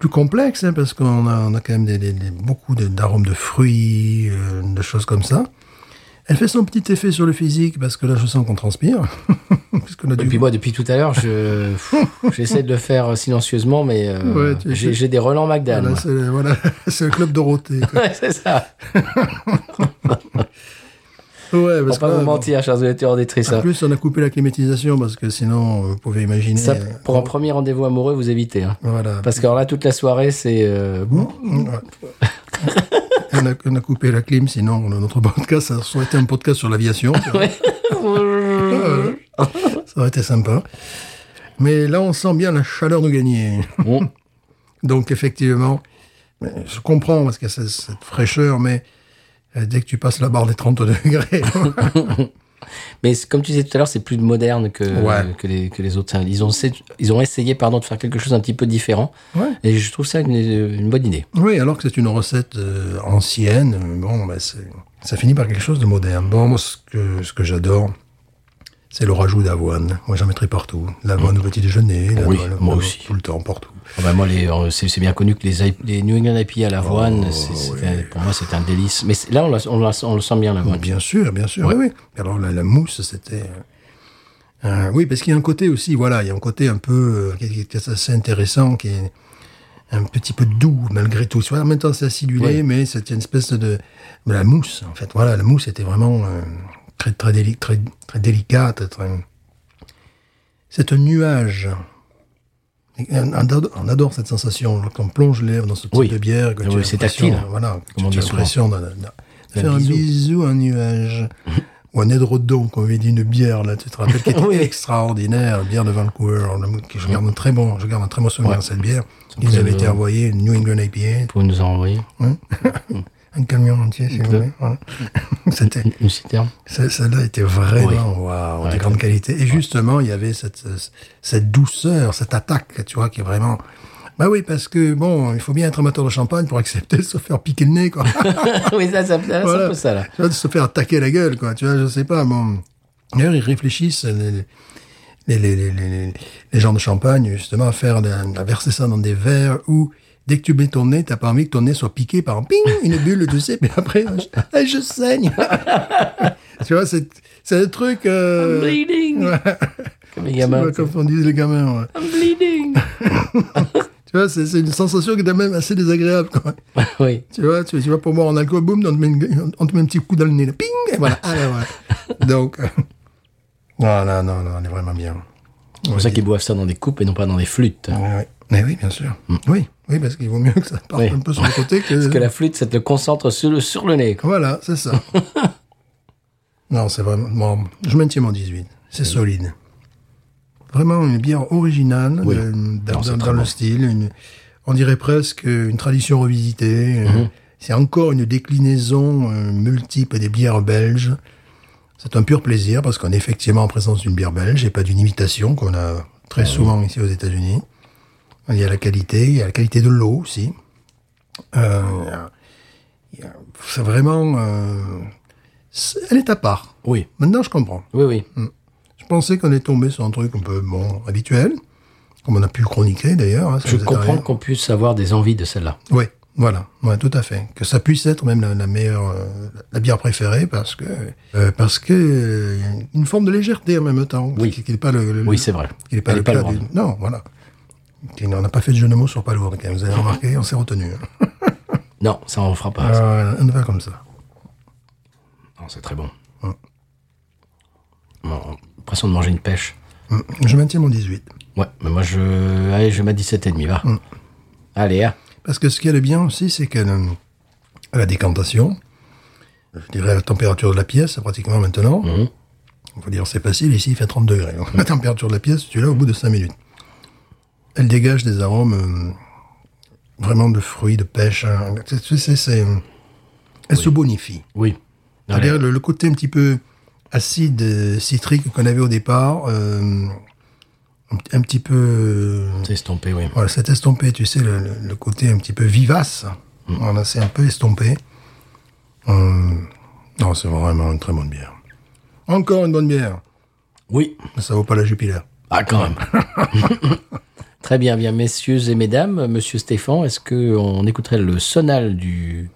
plus complexe, hein, parce qu'on a, on a quand même des, des- des- beaucoup de- d'arômes de fruits, euh, de choses comme ça. Elle fait son petit effet sur le physique, parce que là, je sens qu'on transpire. Puisqu'on a
Et
du...
puis moi, depuis tout à l'heure, je pff, j'essaie de le faire silencieusement, mais euh,
Ouais, tu-
j'ai
tu-
j'ai des relents Magdan.
Voilà,
moi.
c'est voilà, c'est le club Dorothée. quoi.
Ouais, c'est ça.
Ouais,
Pour
parce que
pas
là,
vous
bon,
mentir, chers auditeurs auditrices.
En
hein.
plus, on a coupé la climatisation, parce que sinon, euh, vous pouvez imaginer...
Ça,
euh,
pour un premier rendez-vous amoureux, vous évitez. hein.
Voilà.
Parce que alors là, toute la soirée, c'est... euh,
Ouais. on, a, on a coupé la clim, sinon le- notre podcast, ça aurait été un podcast sur l'aviation. tu vois. Euh, ça aurait été sympa. Mais là, on sent bien la chaleur nous gagner.
bon.
Donc, effectivement, euh, je comprends parce que c'est cette fraîcheur, mais euh, dès que tu passes la barre des 30 degrés,
Mais c'est- comme tu disais tout à l'heure, c'est plus moderne que,
Ouais.
que, les, que les autres. Ils ont, essayé- ils ont essayé pardon, de faire quelque chose un petit peu différent.
Ouais.
Et je trouve ça une, une bonne idée.
Oui, alors que c'est une recette euh, ancienne, euh, bon, bah, c'est- ça finit par quelque chose de moderne. Bon, moi, ce que, ce que j'adore, c'est le rajout d'avoine. Moi, j'en mettrai partout. L'avoine au petit déjeuner, l'avoine
Mm. Oui,
l'avoine
moi aussi.
tout le temps, partout.
Ah bah, moi, les- euh, c'est c'est bien connu que les, I- les New England IPA à l'avoine, c'est- c'est un- pour moi, c'est un délice. Mais c'est- là, on, la- on la- on le sent bien, l'avoine.
Bah, Bien sûr, bien sûr. Oui, oui. Alors, la, la mousse, c'était... euh, euh, oui, parce qu'il y a un côté aussi, voilà, il y a un côté un peu euh, qui, qui est assez intéressant, qui est un petit peu doux malgré tout. Soit en même temps c'est acidulé,
Oui.
mais c'était une espèce de, de la mousse en fait. Voilà, la mousse était vraiment euh, très très, déli- très très délicate. Très... C'est un nuage. Et On adore, on adore cette sensation quand on plonge les lèvres dans ce type
Oui. Ah
de bière. Que
Oui,
tu as
c'est
l'impression-
tactile.
Voilà, que
Comme on
tu, tu as
dit souvent.
l'impression de, de- de faire un
bisou.
bisou à un nuage. Ou un édredon, qu'on avait dit, une bière, là, tu te rappelles, qui était extraordinaire, bière de Vancouver, le- qui- je garde un très bon, je garde un très bon souvenir
Ouais.
de cette bière.
peut
Ils avaient
être,
été
euh,
envoyés, une New England IPA,
Vous nous en envoyez
un camion entier, si vous
peut-
voulez. voilà. C'était,
une, une citerne
ce- celle-là était vraiment, waouh, de
Ouais.
grande qualité. Et justement, il y avait cette, cette douceur, cette attaque, tu vois, qui est vraiment, bah oui, parce que bon, il faut bien être amateur de champagne pour accepter de se faire piquer le nez, quoi.
Ah Oui, ça, ça, ça, c'est
Voilà.
un peu ça, là.
Tu vois, de se faire attaquer la gueule, quoi. Tu vois, je sais pas, bon. D'ailleurs, ils réfléchissent, les, les, les, les, les- les gens de champagne, justement, à faire, de- à verser ça dans des verres où, dès que tu mets ton nez, t'as pas envie que ton nez soit piqué par un ping, une bulle, tu sais, mais après, je, je saigne. tu vois, c'est, c'est un truc, euh,
Bleeding.
Comme les
tu
gamins.
vois, comme on dit les gamins, ouais.
I'm bleeding.
Tu vois, c'est, c'est une sensation qui est même assez désagréable, quoi.
oui.
Tu vois, tu, tu vas pour moi en alcool, boum, on te, met une- on te met un petit coup dans le nez, là, ping, et voilà. Ah, là, voilà. Donc, euh, non, non, non, non, on est vraiment bien.
C'est pour ça qu'ils boivent ça dans des coupes et non pas dans des flûtes.
Ouais, ouais. Mais oui, bien sûr. Oui, Oui, parce qu'il vaut mieux que ça parte
Mm. Oui.
un peu sur le côté que...
Parce que la flûte, ça te le concentre sur le, sur le nez. quoi.
Voilà, c'est ça. non, c'est vraiment... bon, je maintiens mon 18. C'est solide. Vraiment une bière originale
Oui.
euh, dans,
Non, c'est
dans-
très
dans
bon.
le style. une- on dirait presque une tradition revisitée.
Mhm.
euh, C'est encore une déclinaison euh, multiple des bières belges. C'est un pur plaisir parce qu'on est effectivement en présence d'une bière belge et pas d'une imitation qu'on a très
Ah
souvent ici aux États-Unis. Il y a la qualité, il y a la qualité de l'eau aussi. Euh, il y a- il y a- c'est vraiment, euh, c'est- elle est à part.
Oui,
Maintenant, je comprends.
oui, oui.
Je pensais qu'on est tombé sur un truc un peu bon habituel, comme on a pu le chroniquer d'ailleurs. hein, ça
Je
nous est
comprends
arrivé. Mm-hmm.
qu'on puisse avoir des envies de celle-là.
Oui, voilà, ouais, tout à fait. Que ça puisse être même la, la meilleure, euh, la bière préférée, parce que euh, parce que euh, il y a une forme de légèreté en même temps.
Oui.
qui qui n'est pas le, le-
Oui, c'est vrai.
qui n'est pas
Elle
le
est pas
plat
lourde.
du- Non, voilà. Qui- On n'a pas fait de jeu de mots sur palourde. quand même. Vous avez remarqué, on s'est retenu. hein.
Non, ça on le fera pas.
Euh, on ne va comme ça.
Non, c'est très bon.
Ah.
Bon, L'impression de manger une pêche.
Mm. Je maintiens mon 18.
Ouais, mais moi je. Allez, je mets 17,5, va.
Mm.
Allez, hein.
Parce que ce qui est bien aussi, c'est qu'elle euh, à la décantation, je dirais à la température de la pièce, pratiquement maintenant.
Mhm.
On va dire, c'est facile, ici il fait 30 degrés. Donc, la température de la pièce, tu l'as au bout de 5 minutes. Elle dégage des arômes euh, vraiment de fruits, de pêche. hein. C'est- c'est- c'est- c'est, euh, elle se bonifie.
Oui. Non,
C'est-à-dire le, le côté un petit peu acide, euh, citrique qu'on avait au départ, euh, un, petit- un petit peu... euh,
C'est estompé, oui.
voilà, c'est estompé, tu sais, le, le- le côté un petit peu vivace.
Mm.
Voilà, c'est un peu estompé. Hum, non, c'est vraiment une très bonne bière. Encore une bonne bière.
Oui.
Mais ça vaut pas la Jupiler.
Ah, quand même. Très bien, bien, messieurs et mesdames, monsieur Stéphane, est-ce que on écouterait le sonal du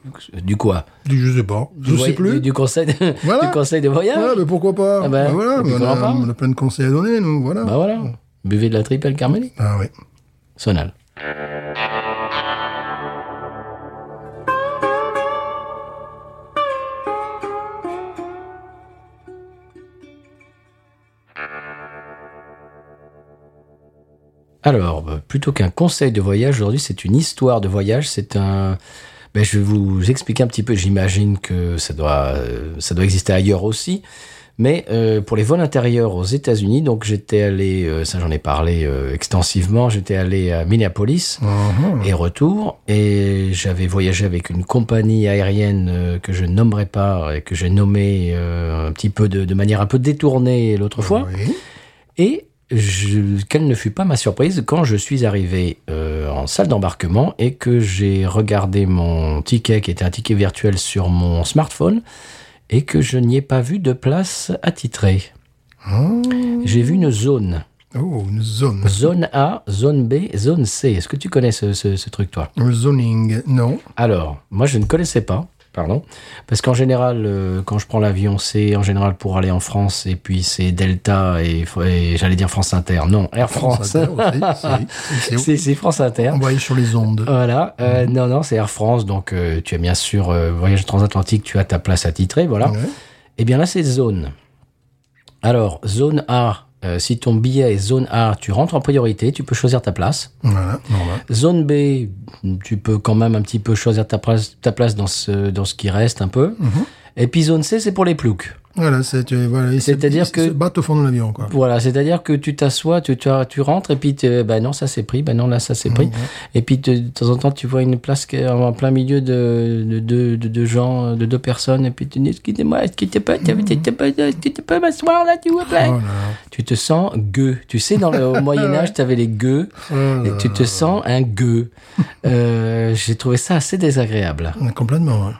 du quoi
Du je sais pas. Je
Du
sais
voy-
plus.
du, du conseil de,
Voilà.
du conseil de voyage.
Ouais, mais pourquoi pas
Ah ben,
Bah voilà,
et puis
on
qu'on en
a,
parle.
on a plein de conseils à donner, nous, voilà.
Bah voilà, buvez de la triple carmélite.
Ah oui.
Sonal. Alors, bah, plutôt qu'un conseil de voyage, aujourd'hui c'est une histoire de voyage, c'est un... Ben, je vais vous expliquer un petit peu, j'imagine que ça doit, euh, ça doit exister ailleurs aussi, mais euh, pour les vols intérieurs aux États-Unis, donc j'étais allé, euh, ça j'en ai parlé euh, extensivement, j'étais allé à Minneapolis
Mhm.
et retour, et j'avais voyagé avec une compagnie aérienne euh, que je nommerai pas et que j'ai nommée euh, un petit peu de, de manière un peu détournée l'autre fois.
Ah Oui.
Et je- quelle ne fut pas ma surprise quand je suis arrivé euh, en salle d'embarquement et que j'ai regardé mon ticket, qui était un ticket virtuel sur mon smartphone, et que je n'y ai pas vu de place attitrée.
Ah.
J'ai vu une zone.
Oh, une zone.
Zone A, zone B, zone C. Est-ce que tu connais ce, ce- ce truc, toi
Le zoning, non.
Alors, moi, je ne connaissais pas. Pardon. Parce qu'en général, euh, quand je prends l'avion, c'est en général pour aller en France, et puis c'est Delta, et, et j'allais dire France Inter. Non, Air France.
Inter aussi, si, si, si.
C'est c'est France Inter.
On va aller sur les ondes.
Voilà. Euh, Non, non, c'est Air France. Donc, euh, tu as bien sûr euh, voyage transatlantique, tu as ta place attitrée. Voilà.
Ouais.
Eh bien là, c'est zone. Alors, zone A, euh, si ton billet est zone A, tu rentres en priorité, tu peux choisir ta place.
Voilà, normal.
Zone B, tu peux quand même un petit peu choisir ta place, ta place dans, ce, dans ce qui reste un peu. Et puis zone C, c'est pour les ploucs.
Voilà, c'est tu- voilà, ils se-
C'est-à-dire
ils se-
que-
se battent au fond de l'avion quoi.
Voilà, c'est-à-dire que tu t'assois, tu, tu, tu rentres et puis tu- ben non, ça c'est pris, ben non, là ça c'est pris.
Mhm.
Et puis de, de temps en temps, tu vois une place qui est en plein milieu de de, de, de- de gens, de deux personnes, et puis tu dis excusez-moi, est-ce que tu peux, est-ce que tu peux m'asseoir là, tu vous plaît
Oh là là.
Tu te sens gueux. Tu sais, dans le au Moyen Âge, tu avais les gueux,
Oh
et
là
tu
là.
te sens un gueux. Euh, J'ai trouvé ça assez désagréable.
Complètement. hein.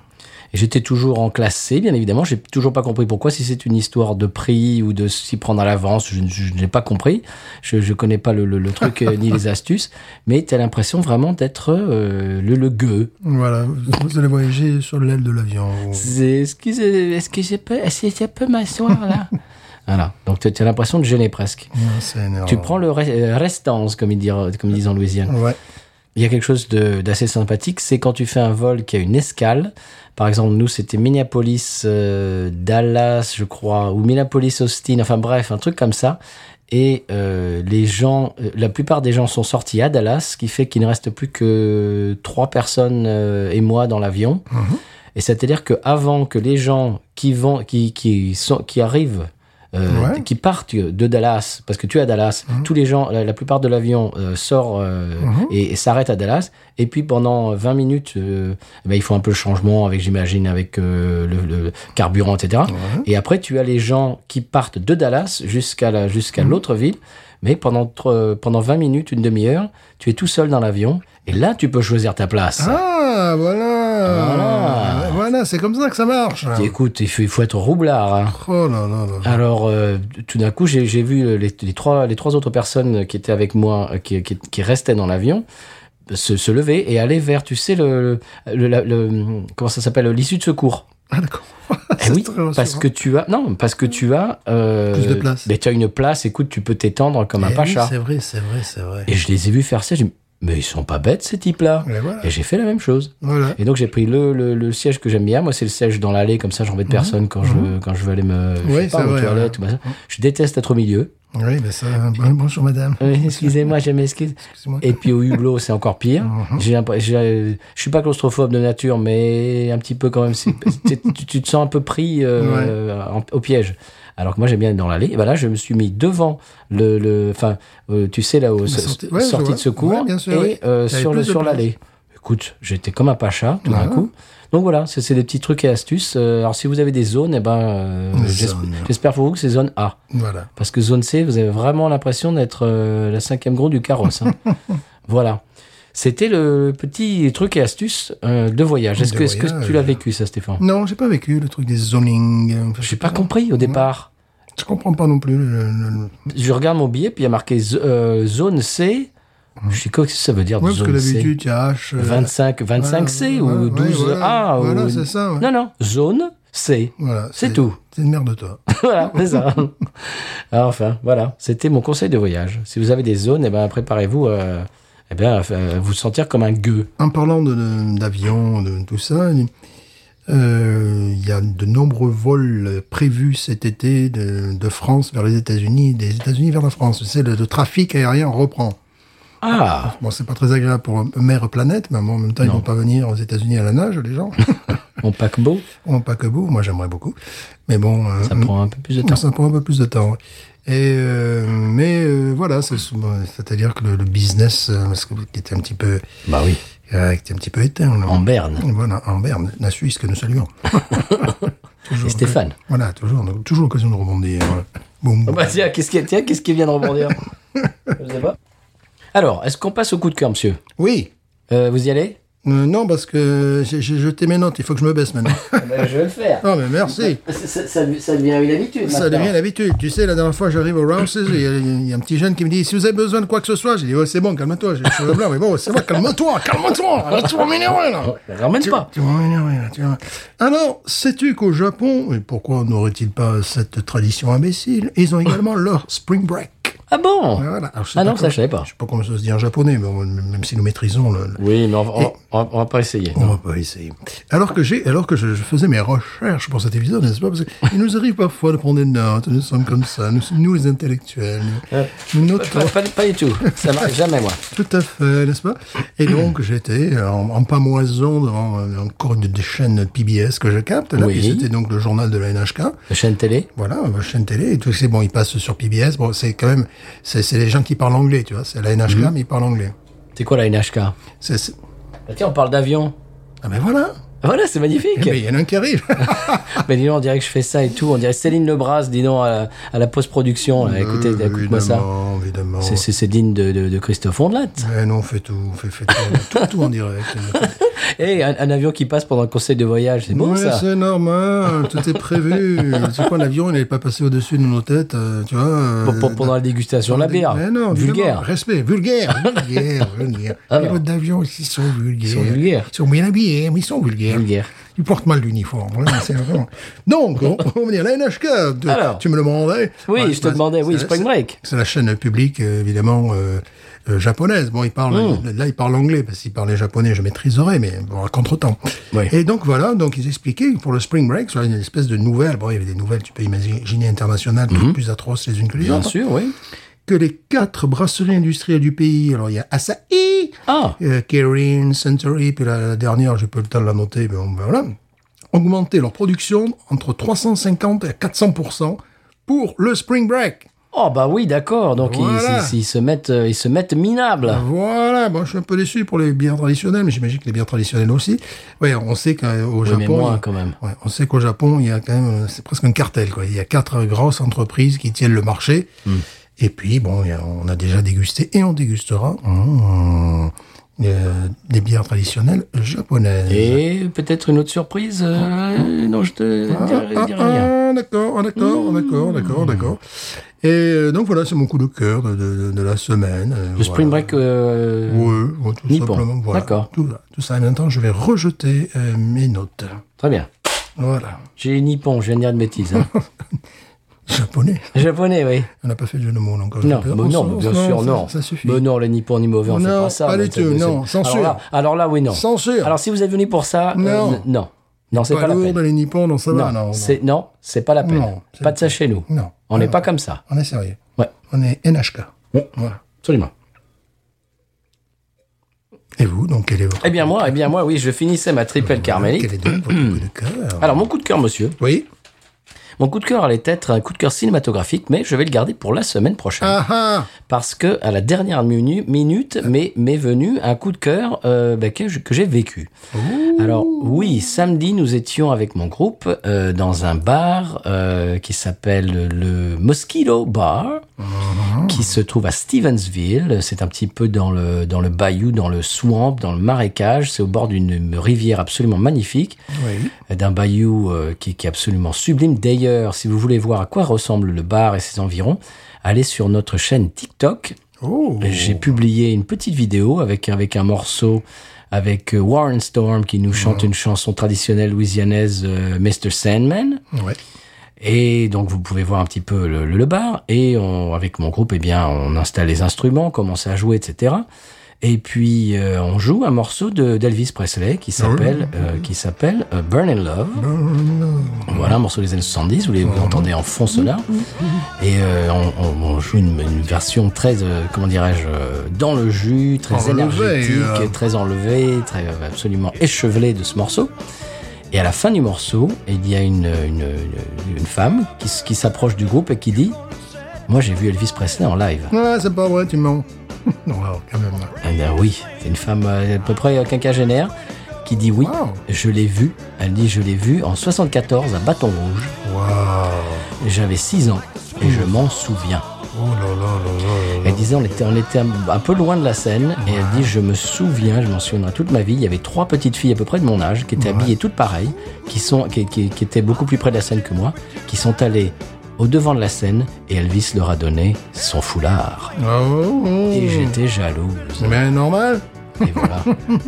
Et J'étais toujours en classe C, bien évidemment. J'ai toujours pas compris pourquoi. Si c'est une histoire de prix ou de s'y prendre à l'avance, je, je- je n'ai pas compris. Je, je connais pas le, le- le truc euh, ni les astuces. Mais t'as l'impression vraiment d'être euh, le, le gueux.
Voilà, vous allez voyager sur l'aile de l'avion. vous.
C'est- Excusez, est-ce que je peux, est-ce que je peux m'asseoir là Voilà. Donc t'as t'as l'impression de gêner presque.
Non, C'est énorme.
Tu prends le re- euh, restance, comme ils, dirent- comme ils disent en Louisiane.
Ouais.
Il y a quelque chose de- d'assez sympathique, c'est quand tu fais un vol qui a une escale. Par exemple, nous, c'était Minneapolis, euh, Dallas, je crois, ou Minneapolis, Austin, enfin bref, un truc comme ça. Et euh, les gens, euh, la plupart des gens sont sortis à Dallas, ce qui fait qu'il ne reste plus que trois personnes euh, et moi dans l'avion. Et c'est-à-dire que avant que les gens qui vont, qui qui sont, qui arrivent, euh,
Ouais.
qui partent de Dallas, parce que tu es à Dallas, tous les gens, la, la plupart de l'avion euh, sort euh, et, et s'arrête à Dallas. Et puis pendant 20 minutes, euh, ben, ils font un peu le changement avec, j'imagine, avec euh, le, le carburant, etc. Et après, tu as les gens qui partent de Dallas jusqu'à la- jusqu'à l'autre ville. Mais pendant, tro- pendant 20 minutes, une demi-heure, tu es tout seul dans l'avion. Et là, tu peux choisir ta place.
Ah, voilà.
Voilà.
Voilà, c'est comme ça que ça marche.
Écoute, il faut, il faut être roublard. hein.
Oh là là là.
Alors, euh, tout d'un coup, j'ai j'ai vu euh, les, les trois, les trois autres personnes qui étaient avec moi, euh, qui, qui, qui restaient dans l'avion, se, se lever et aller vers, tu sais, le, le, la- le- comment ça s'appelle, l'issue de secours.
Ah, d'accord.
Eh
C'est
oui,
très
parce
rassurant.
que tu as, non, parce que tu as, euh,
Plus de place.
Mais tu as une place. Écoute, tu peux t'étendre comme un
Eh oui,
pacha.
C'est vrai, c'est vrai, c'est vrai.
et je les ai vus faire ça. J'ai dit, mais ils sont pas bêtes ces types-là.
Mais voilà.
Et j'ai fait la même chose.
Voilà.
Et donc j'ai pris le, le, le siège que j'aime bien. Moi, c'est le siège dans l'allée, comme ça, j'embête personne quand, je, quand je veux aller me. je
Mhm. Oui,
sais pas,
c'est
aux
vrai,
toilettes ou machin. Je déteste être au milieu.
Oui, mais ça. bon- Bonjour, madame.
Oui, Excusez-moi, je m'excuse.
Excuse-moi.
Et puis au hublot, c'est encore pire.
Hein Mhm.
J'ai l'impr- j'ai- Je suis pas claustrophobe de nature, mais un petit peu quand même. c'est- c'est- tu, tu te sens un peu pris euh, en- au piège. Alors que moi, j'aime bien être dans l'allée. Et ben là, je me suis mis devant le, le enfin, euh, tu sais là où se-
sortie-
sortie,
ouais, je vois.
de secours
Ouais, bien sûr,
et
oui.
euh,
T'avais
sur
plus
le
de
sur
place.
l'allée. Écoute, j'étais comme un pacha tout d'un
Ouais.
coup. Donc voilà, c'est c'est des petits trucs et astuces. Euh, Alors si vous avez des zones, eh ben, euh,
Des
j'esp-
zones.
j'espère pour vous que c'est zone A.
Voilà.
Parce que zone C, vous avez vraiment l'impression d'être euh, la cinquième gros du carrosse. hein. voilà. C'était le petit truc et astuce euh, de voyage. Est-ce
De
que, est-ce que
voyage.
tu l'as vécu, ça, Stéphane
Non, j'ai pas vécu le truc des zoning.
Je n'ai pas compris au départ.
Je comprends pas non plus. le- le- le-
Je regarde mon billet, puis il y a marqué z- euh, zone C. Je sais quoi que ça veut dire
Ouais, parce que
zone C.
d'habitude, il y a H. euh,
25, 25 C
Ouais,
ou
ouais,
12
voilà.
A. ou-
Voilà, c'est ça, ouais.
Non, non, zone C.
Voilà.
C'est tout.
C'est une merde de toi.
voilà, c'est ça. Alors, enfin, voilà, c'était mon conseil de voyage. Si vous avez des zones, eh ben, préparez-vous euh, eh ben, à vous sentir comme un gueux.
En parlant de- de- d'avion, de, tout ça, il euh, il y a de nombreux vols prévus cet été de, de France vers les États-Unis, des États-Unis vers la France. C'est le, le trafic aérien reprend.
Ah
Bon, c'est pas très agréable pour Mère Planète, mais bon, en même temps, ils vont pas venir aux États-Unis à la nage, les gens.
Mon paquebot,
en paquebot, moi j'aimerais beaucoup. Mais bon, euh,
ça prend un peu plus de temps.
Ça prend un peu plus de temps. ouais. Et euh, mais euh, voilà, c'est- c'est-à-dire que le, le business, euh, parce que- qui était un petit peu,
Bah oui,
euh, qui était un petit peu éteint. là.
en Berne.
Voilà, en Berne, la Suisse que nous saluons. toujours,
Et Stéphane.
Voilà, toujours, donc, toujours l'occasion de rebondir. voilà. Boum, boum.
Bah, tiens, qu'est-ce qui, tiens, qu'est-ce qui vient de rebondir Je sais pas. Alors, est-ce qu'on passe au coup de cœur, monsieur
Oui.
Euh, Vous y allez
Euh, non, parce que j'ai j'ai jeté mes notes, il faut que je me baisse maintenant.
Eh ben, Je vais le faire.
non, mais merci.
Ça, devient une habitude.
Ça devient l'habitude. Tu sais, la dernière fois, j'arrive au Rouses, il y, a- il y a un petit jeune qui me dit Si vous avez besoin de quoi que ce soit, j'ai dit Ouais, c'est bon, calme-toi, j'ai les cheveux blancs, mais bon, c'est bon, calme-toi, calme-toi, là, tu vas m'énerver, là.
Ramène pas.
Tu vas m'énerver, là, tu vas- Alors, sais-tu qu'au Japon, et pourquoi n'aurait-il pas cette tradition imbécile Ils ont également leur spring break.
Ah bon
Voilà. Alors, je sais
Ah non,
pas
ça,
comment-
je savais pas.
Je sais pas comment ça se dit en japonais, mais on- même si nous maîtrisons le. le-
Oui, mais on va, on- on va- on va pas essayer.
On va pas essayer. Alors que j'ai, alors que je, je faisais mes recherches pour cet épisode, n'est-ce pas Parce qu'il nous arrive parfois de prendre des notes. Nous sommes comme ça. Nous, nous, les intellectuels. Nous, nous notons.
Pas, pas- pas du tout. Ça marche jamais, moi.
Tout à fait, n'est-ce pas Et donc, j'étais en, en pamoison devant euh, encore une des chaînes PBS que je capte. Là,
Oui.
puis C'était donc le journal de la NHK.
La chaîne télé
Voilà, euh, chaîne télé et tout. C'est bon, ils passent sur PBS. Bon, c'est quand même, c'est c'est les gens qui parlent anglais, tu vois. C'est la NHK, mais ils parlent anglais.
C'est quoi la NHK
C'est- c'est-
Bah, Tiens, on parle d'avion.
Ah ben voilà
Voilà, c'est
Eh
magnifique.
ben, Il y en a un qui arrive
Mais dis donc, on dirait que je fais ça et tout. On dirait Céline Lebras, dis donc, à la, à la post-production. là. Écoutez,
Euh,
écoute-moi ça.
Évidemment, évidemment.
C'est- C'est c'est digne de, de, de Christophe Ondelat.
Eh non, on fait tout, on fait, fait tout, tout, tout en direct.
Et Eh, un, un avion qui passe pendant le conseil de voyage, c'est bon
Ouais,
ça
c'est normal, tout est prévu. c'est quoi, l'avion, il n'est pas passé au-dessus de nos têtes, euh, tu vois euh,
Pour- pour- Pendant la dégustation de la bière.
Mais non, évidemment.
Vulgaire.
Respect, vulgaire, vulgaire, vulgaire.
Alors.
Les pilotes d'avion, ils sont vulgaires.
Ils sont vulgaires.
Ils sont bien habillés, mais ils sont vulgaires. vulgaire.
Vulgaire.
Tu portes mal l'uniforme. vraiment, c'est vraiment- Donc, on, on va dire la NHK. Tu,
Alors.
tu me demandais.
Oui,
Ouais,
je te
bah,
demandais, oui,
c'est-
Spring
c'est-
Break.
C'est la chaîne publique, euh, évidemment, euh, euh, japonaise. Bon, il
Hmm.
parle, là, il parle anglais, parce qu'il parlait japonais, je maîtriserais, mais bon, à contre-temps.
Oui.
Et donc, voilà, donc, ils expliquaient pour le Spring Break, sur une espèce de nouvelle, bon, il y avait des nouvelles, tu peux imaginer, internationales, toutes plus atroces les unes que les
Mhm. Bien
autres,
sûr, oui.
que les quatre brasseries industrielles du pays, alors, il y a Asahi,
Ah,
euh, Kirin, Century, puis la, la dernière, j'ai pas eu le temps de la noter, mais bon, ben voilà, augmenter leur production entre 350 et 400% pour le Spring Break.
oh bah oui, d'accord. Donc ils-
Voilà. Ah,
ils, ils se mettent, euh, ils se mettent minables.
Voilà, moi je suis un peu déçu pour les bières traditionnelles, mais j'imagine que les bières traditionnelles aussi. Ouais, on sait qu'au
Oui,
Japon,
mais moins,
il y a-
quand même.
ouais, on sait qu'au Japon, il y a quand même, euh, c'est presque un cartel quoi. Il y a quatre grosses entreprises qui tiennent le marché.
Hmm.
Et puis bon, il y a- on a déjà dégusté et on dégustera hum, euh, des bières traditionnelles japonaises.
Et peut-être une autre surprise. euh, non, je te
Ah,
dirai,
ah,
dirai rien. Hmm.
ah, d'accord, ah, d'accord, d'accord, d'accord, d'accord. Et euh, donc voilà, c'est mon coup de cœur de, de- de- de la semaine. euh,
Le Spring
voilà.
Break. euh,
Oui, ouais, tout
Nippon.
simplement. Voilà.
D'accord.
Tout, tout ça. Et maintenant, je vais rejeter euh, mes notes.
Très bien.
Voilà.
J'ai Nippon, je viens de dire de bêtises. hein.
Japonais.
Japonais, oui.
On n'a pas fait le jeu de mots euh, encore.
Non,
J'ai peur.
bah
On
non,
s'en-
bien
on-
sûr,
oh, ça-
non.
Ça suffit.
Mais non, les Nippons, ni mauvais, on
Non,
fait pas ça.
pas
mais
du
c'est-
tout,
mais c'est-
non, censure.
Alors là, alors là, oui, non.
Censure.
Alors si vous êtes venu pour ça, euh,
Non.
n- non. Non, c'est
pas
pas, la
lourd
peine.
dans les nippons, non, ça va, non.
Non,
non.
c'est non, c'est pas la peine.
Non, c'est-
pas de ça chez nous.
Non.
On n'est pas comme ça.
On est sérieux.
Ouais,
On est NHK.
Ouais.
Voilà.
absolument.
Et vous, donc, quel est votre.
Eh bien moi, eh bien moi, oui, je finissais ma triple
Quel
carmélite.
est donc votre coup de cœur
Alors mon coup de cœur, monsieur.
Oui.
Mon coup de cœur allait être un coup de cœur cinématographique, mais je vais le garder pour la semaine prochaine.
Ah ah
Parce que à la dernière minu- minute m'est m'est venu un coup de cœur euh, bah, que je- que j'ai vécu. Alors oui, samedi nous étions avec mon groupe euh, dans un bar euh, qui s'appelle le Mosquito Bar, qui se trouve à Stevensville. C'est un petit peu dans le dans le bayou, dans le swamp, dans le marécage. C'est au bord d'une rivière absolument magnifique
Oui.
d'un bayou euh, qui, qui est absolument sublime. D'ailleurs, si vous voulez voir à quoi ressemble le bar et ses environs, allez sur notre chaîne TikTok.
Oh
Euh, J'ai publié une petite vidéo avec, avec un morceau avec euh, Warren Storm qui nous chante une chanson traditionnelle louisianaise, euh, Mr. Sandman.
Ouais.
Et donc vous pouvez voir un petit peu le, le- le bar. Et on- avec mon groupe, eh bien, on installe les instruments, commence à jouer, etc. Et puis euh, on joue un morceau de- d'Elvis Presley qui s'appelle euh, qui s'appelle euh, Burn in Love. Voilà un morceau des années 70. Vous, les, vous entendez en fond cela. Et euh, on, on- on joue une, une version très euh, comment dirais-je euh, dans le jus, très
Enlevée,
énergétique,
euh.
et très enlevée, très euh, absolument échevelée de ce morceau. Et à la fin du morceau, il y a une, une, une- une femme qui, s- qui s'approche du groupe et qui dit Moi j'ai vu Elvis Presley en live.
Ah, c'est pas vrai, tu mens. non, alors, quand même. là.
Eh bien oui, c'est une femme euh, à peu près quinquagénaire qui dit Oui,
Wow.
je l'ai vu. Elle dit Je l'ai vu en 74 à Bâton Rouge.
Waouh
J'avais 6 ans et je m'en souviens.
Oh là là là là là là.
Elle disait On était, on était un, un peu loin de la scène et elle dit Je me souviens, je m'en souviendrai toute ma vie. Il y avait trois petites filles à peu près de mon âge qui étaient habillées toutes pareilles, qui, sont, qui, qui- qui étaient beaucoup plus près de la scène que moi, qui sont allées au devant de la scène et Elvis leur a donné son foulard.
Oh, oh.
Et j'étais jalouse.
Mais normal.
Et voilà.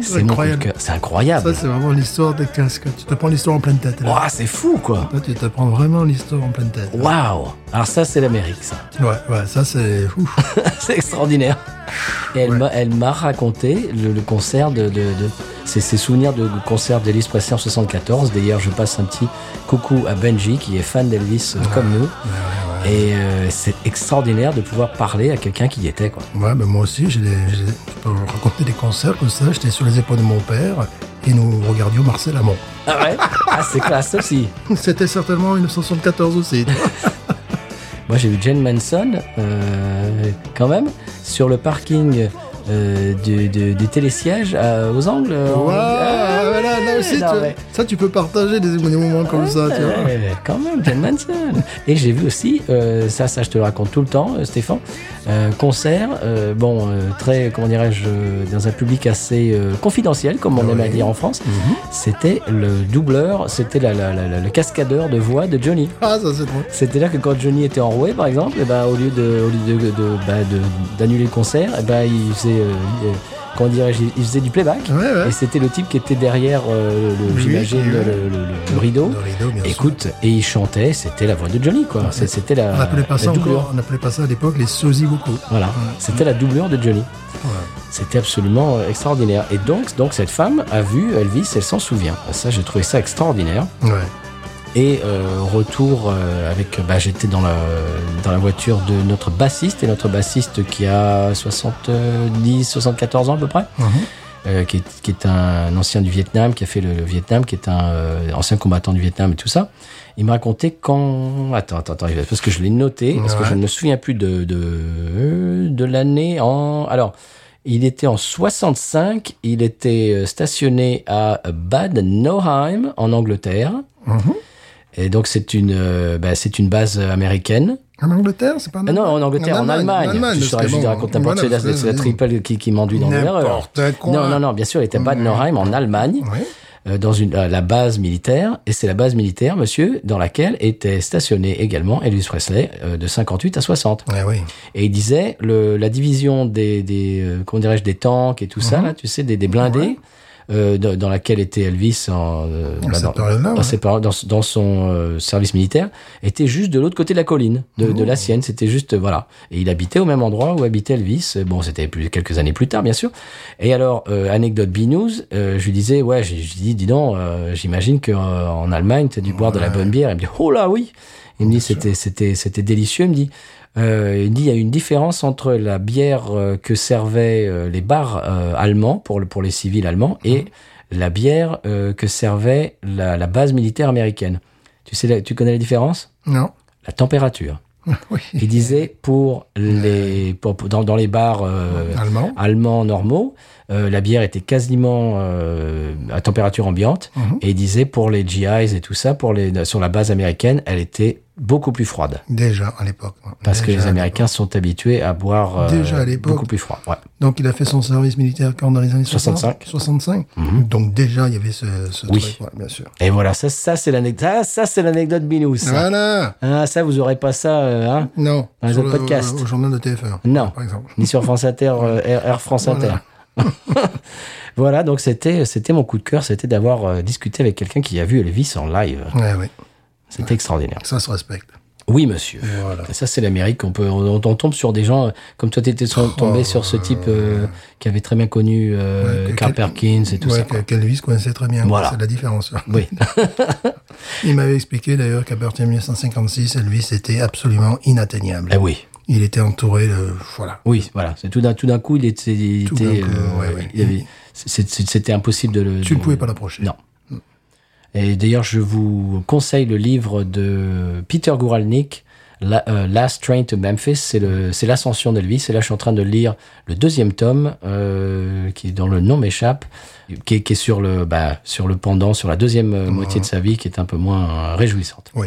C'est mon coup de
incroyable.
cœur. C'est incroyable.
Ça, c'est vraiment l'histoire des casques. Tu te prends l'histoire en pleine tête. Là.
Ouah, c'est fou quoi.
Là, tu te prends vraiment l'histoire en pleine tête.
Waouh. Alors ça, c'est l'Amérique, ça.
Ouais, ouais, ça, c'est ouf.
C'est extraordinaire. Et elle
Ouais.
m'a- elle m'a raconté le, le concert de, de, de- ses, ses souvenirs de, du concert d'Elvis Presley en 74. D'ailleurs, je passe un petit coucou à Benji qui est fan d'Elvis euh, comme nous. Et euh, c'est extraordinaire de pouvoir parler à quelqu'un qui y était quoi.
Ouais, mais moi aussi, j'ai des- j'ai- je peux vous raconter des concerts comme ça. J'étais sur les épaules de mon père et nous regardions Marcel Amont.
Ah ouais Ah c'est classe aussi.
C'était certainement 1974 aussi.
Moi j'ai vu Jane Manson euh, quand même sur le parking euh, du, du- du télésiège à- euh, aux angles.
Waouh,
Ah ouais,
voilà, là aussi,
non,
tu-
mais-
ça, tu peux partager des, des moments comme ça, tu vois.
Ouais, quand même, Jane Manson. Et j'ai vu aussi, euh, ça, ça, je te le raconte tout le temps, euh, Stéphane, euh, concert, euh, bon, euh, très, comment dirais-je, euh, dans un public assez euh, confidentiel, comme on aime à
Ouais.
dire en France.
Mhm.
C'était le doubleur, c'était la, la- la- la- le cascadeur de voix de Johnny.
Ah, ça, c'est drôle.
C'était là que quand Johnny était enroué, par exemple, eh ben, au lieu de, au lieu de, de- bah, de- d'annuler le concert, eh ben, il faisait euh, comment dirais-je, il faisait du playback.
Ouais, ouais.
Et c'était le type qui était derrière, euh, le,
Oui,
j'imagine,
oui.
le, le- le- le rideau.
Le rideau, bien sûr.
Écoute, et il chantait, c'était la voix de Johnny, quoi. C'est- C'était la,
On n'appelait pas,
la
ça
doublure.
encore- on appelait pas ça à l'époque les sosies vocaux.
Voilà, c'était la doublure de Johnny. C'était absolument euh, extraordinaire. Et donc, donc, cette femme a vu Elvis, elle s'en souvient. Ça, j'ai trouvé ça extraordinaire.
Ouais.
Et euh, retour euh, avec, bah, j'étais dans la, dans la voiture de notre bassiste, et notre bassiste qui a 70, 74 ans à peu près,
Mhm.
euh, qui, est, qui est un ancien du Vietnam, qui a fait le, le Vietnam, qui est un euh, ancien combattant du Vietnam et tout ça. Il m'a raconté quand... Attends, attends, attends, parce que je l'ai noté, parce que
Ouais.
je ne me souviens plus de, de, de l'année en... Alors, il était en 65, il était euh, stationné à Bad Nauheim, en Angleterre.
Mhm.
Et donc c'est une, euh, bah, c'est une base américaine.
En Angleterre, c'est pas
Ah non, en Angleterre, en Allemagne. je saurais juste raconter n'importe quoi, c'est la, c'est la triple qui, qui m'enduit dans l'erreur.
N'importe quoi.
Non, non, non, bien sûr, il était à Bad Nauheim en Allemagne,
Ouais.
euh, dans une, à la base militaire, et c'est la base militaire, monsieur, dans laquelle était stationné également Elvis Presley euh, de 58 à 60.
Ouais, oui.
Et il disait le, la division des, des euh, comment dirais-je des tanks et tout ça là, tu sais des, des blindés
Ouais.
euh, dans, dans laquelle était Elvis en, euh,
Dans cette
dans,
période-là,
dans
ouais.
ses par- dans, dans son euh, service militaire était juste de l'autre côté de la colline de, de la sienne. C'était juste euh, voilà et il habitait au même endroit où habitait Elvis. Bon c'était plus quelques années plus tard bien sûr. Et alors euh, anecdote B news, euh, je lui disais ouais je, je dis dis donc euh, j'imagine que euh, en Allemagne tu as dû boire de la bonne bière. Il me dit oh là oui. Il me dit c'était c'était c'était délicieux. Il me dit euh, il dit il y a une différence entre la bière euh, que servaient euh, les bars euh, allemands pour le pour les civils allemands et la bière euh, que servait la, la base militaire américaine. Tu sais la- tu connais la différence
Non.
La température.
Oui.
Il disait pour les pour- pour- dans, dans les bars euh,
Allemand.
allemands normaux, euh, la bière était quasiment euh, à température ambiante.
Mhm.
Et il disait pour les GIs et tout ça, pour les, sur la base américaine, elle était beaucoup plus froide.
Déjà à l'époque.
Parce que
Déjà
les
à
Américains sont habitués à boire euh,
Déjà à l'époque.
beaucoup plus froid. Ouais.
Donc il a fait son service militaire quand dans les années
65.
65. Donc déjà il y avait ce, ce
Mm-hmm. Oui.
truc, ouais, bien sûr.
Et voilà, ça, ça c'est l'anecdote. Ah, ça c'est l'anecdote Binous. ça.
Voilà.
Ah, ça vous aurez pas ça, euh, hein
Non.
Dans les
Sur
autres
le-
podcasts.
Au, au journal de TF1.
Non.
Par exemple.
Ni sur France Inter, euh, Air, Air France Inter. voilà, donc c'était c'était mon coup de cœur, c'était d'avoir euh, discuté avec quelqu'un qui a vu Elvis en live.
Ouais, Eh oui.
C'était extraordinaire.
Ça se respecte.
Oui, monsieur.
Voilà.
Ça, c'est l'Amérique. On, peut, on, on tombe sur des gens euh, comme toi, tu étais tombé
Oh,
sur ce type euh, qui avait très bien connu euh,
Ouais, que-
Carl
quel-
Perkins et tout
ouais,
ça.
que- qu'Elvis connaissait très bien.
Voilà.
C'est la différence.
Oui, Ah,
Il m'avait expliqué d'ailleurs qu'à partir de 1956, Elvis était absolument inatteignable.
Eh oui.
Il était entouré de... Voilà.
Oui, voilà. C'est tout d'un tout d'un coup, il était, il
Tout d'un
était,
coup,
euh,
ouais, ouais.
il y avait- c'est- c'est- c'était impossible de le.
Tu ne
de-
pouvais pas l'approcher.
Mmh. Non. Et d'ailleurs, je vous conseille le livre de Peter Guralnick, La- euh, Last Train to Memphis. C'est le, c'est l'ascension d'Elvis. Et là, je suis en train de lire le deuxième tome, euh, qui dont le nom m'échappe, qui, est- qui est sur le, bah, sur le pendant, sur la deuxième euh, moitié de sa vie, qui est un peu moins euh, réjouissante.
Oui.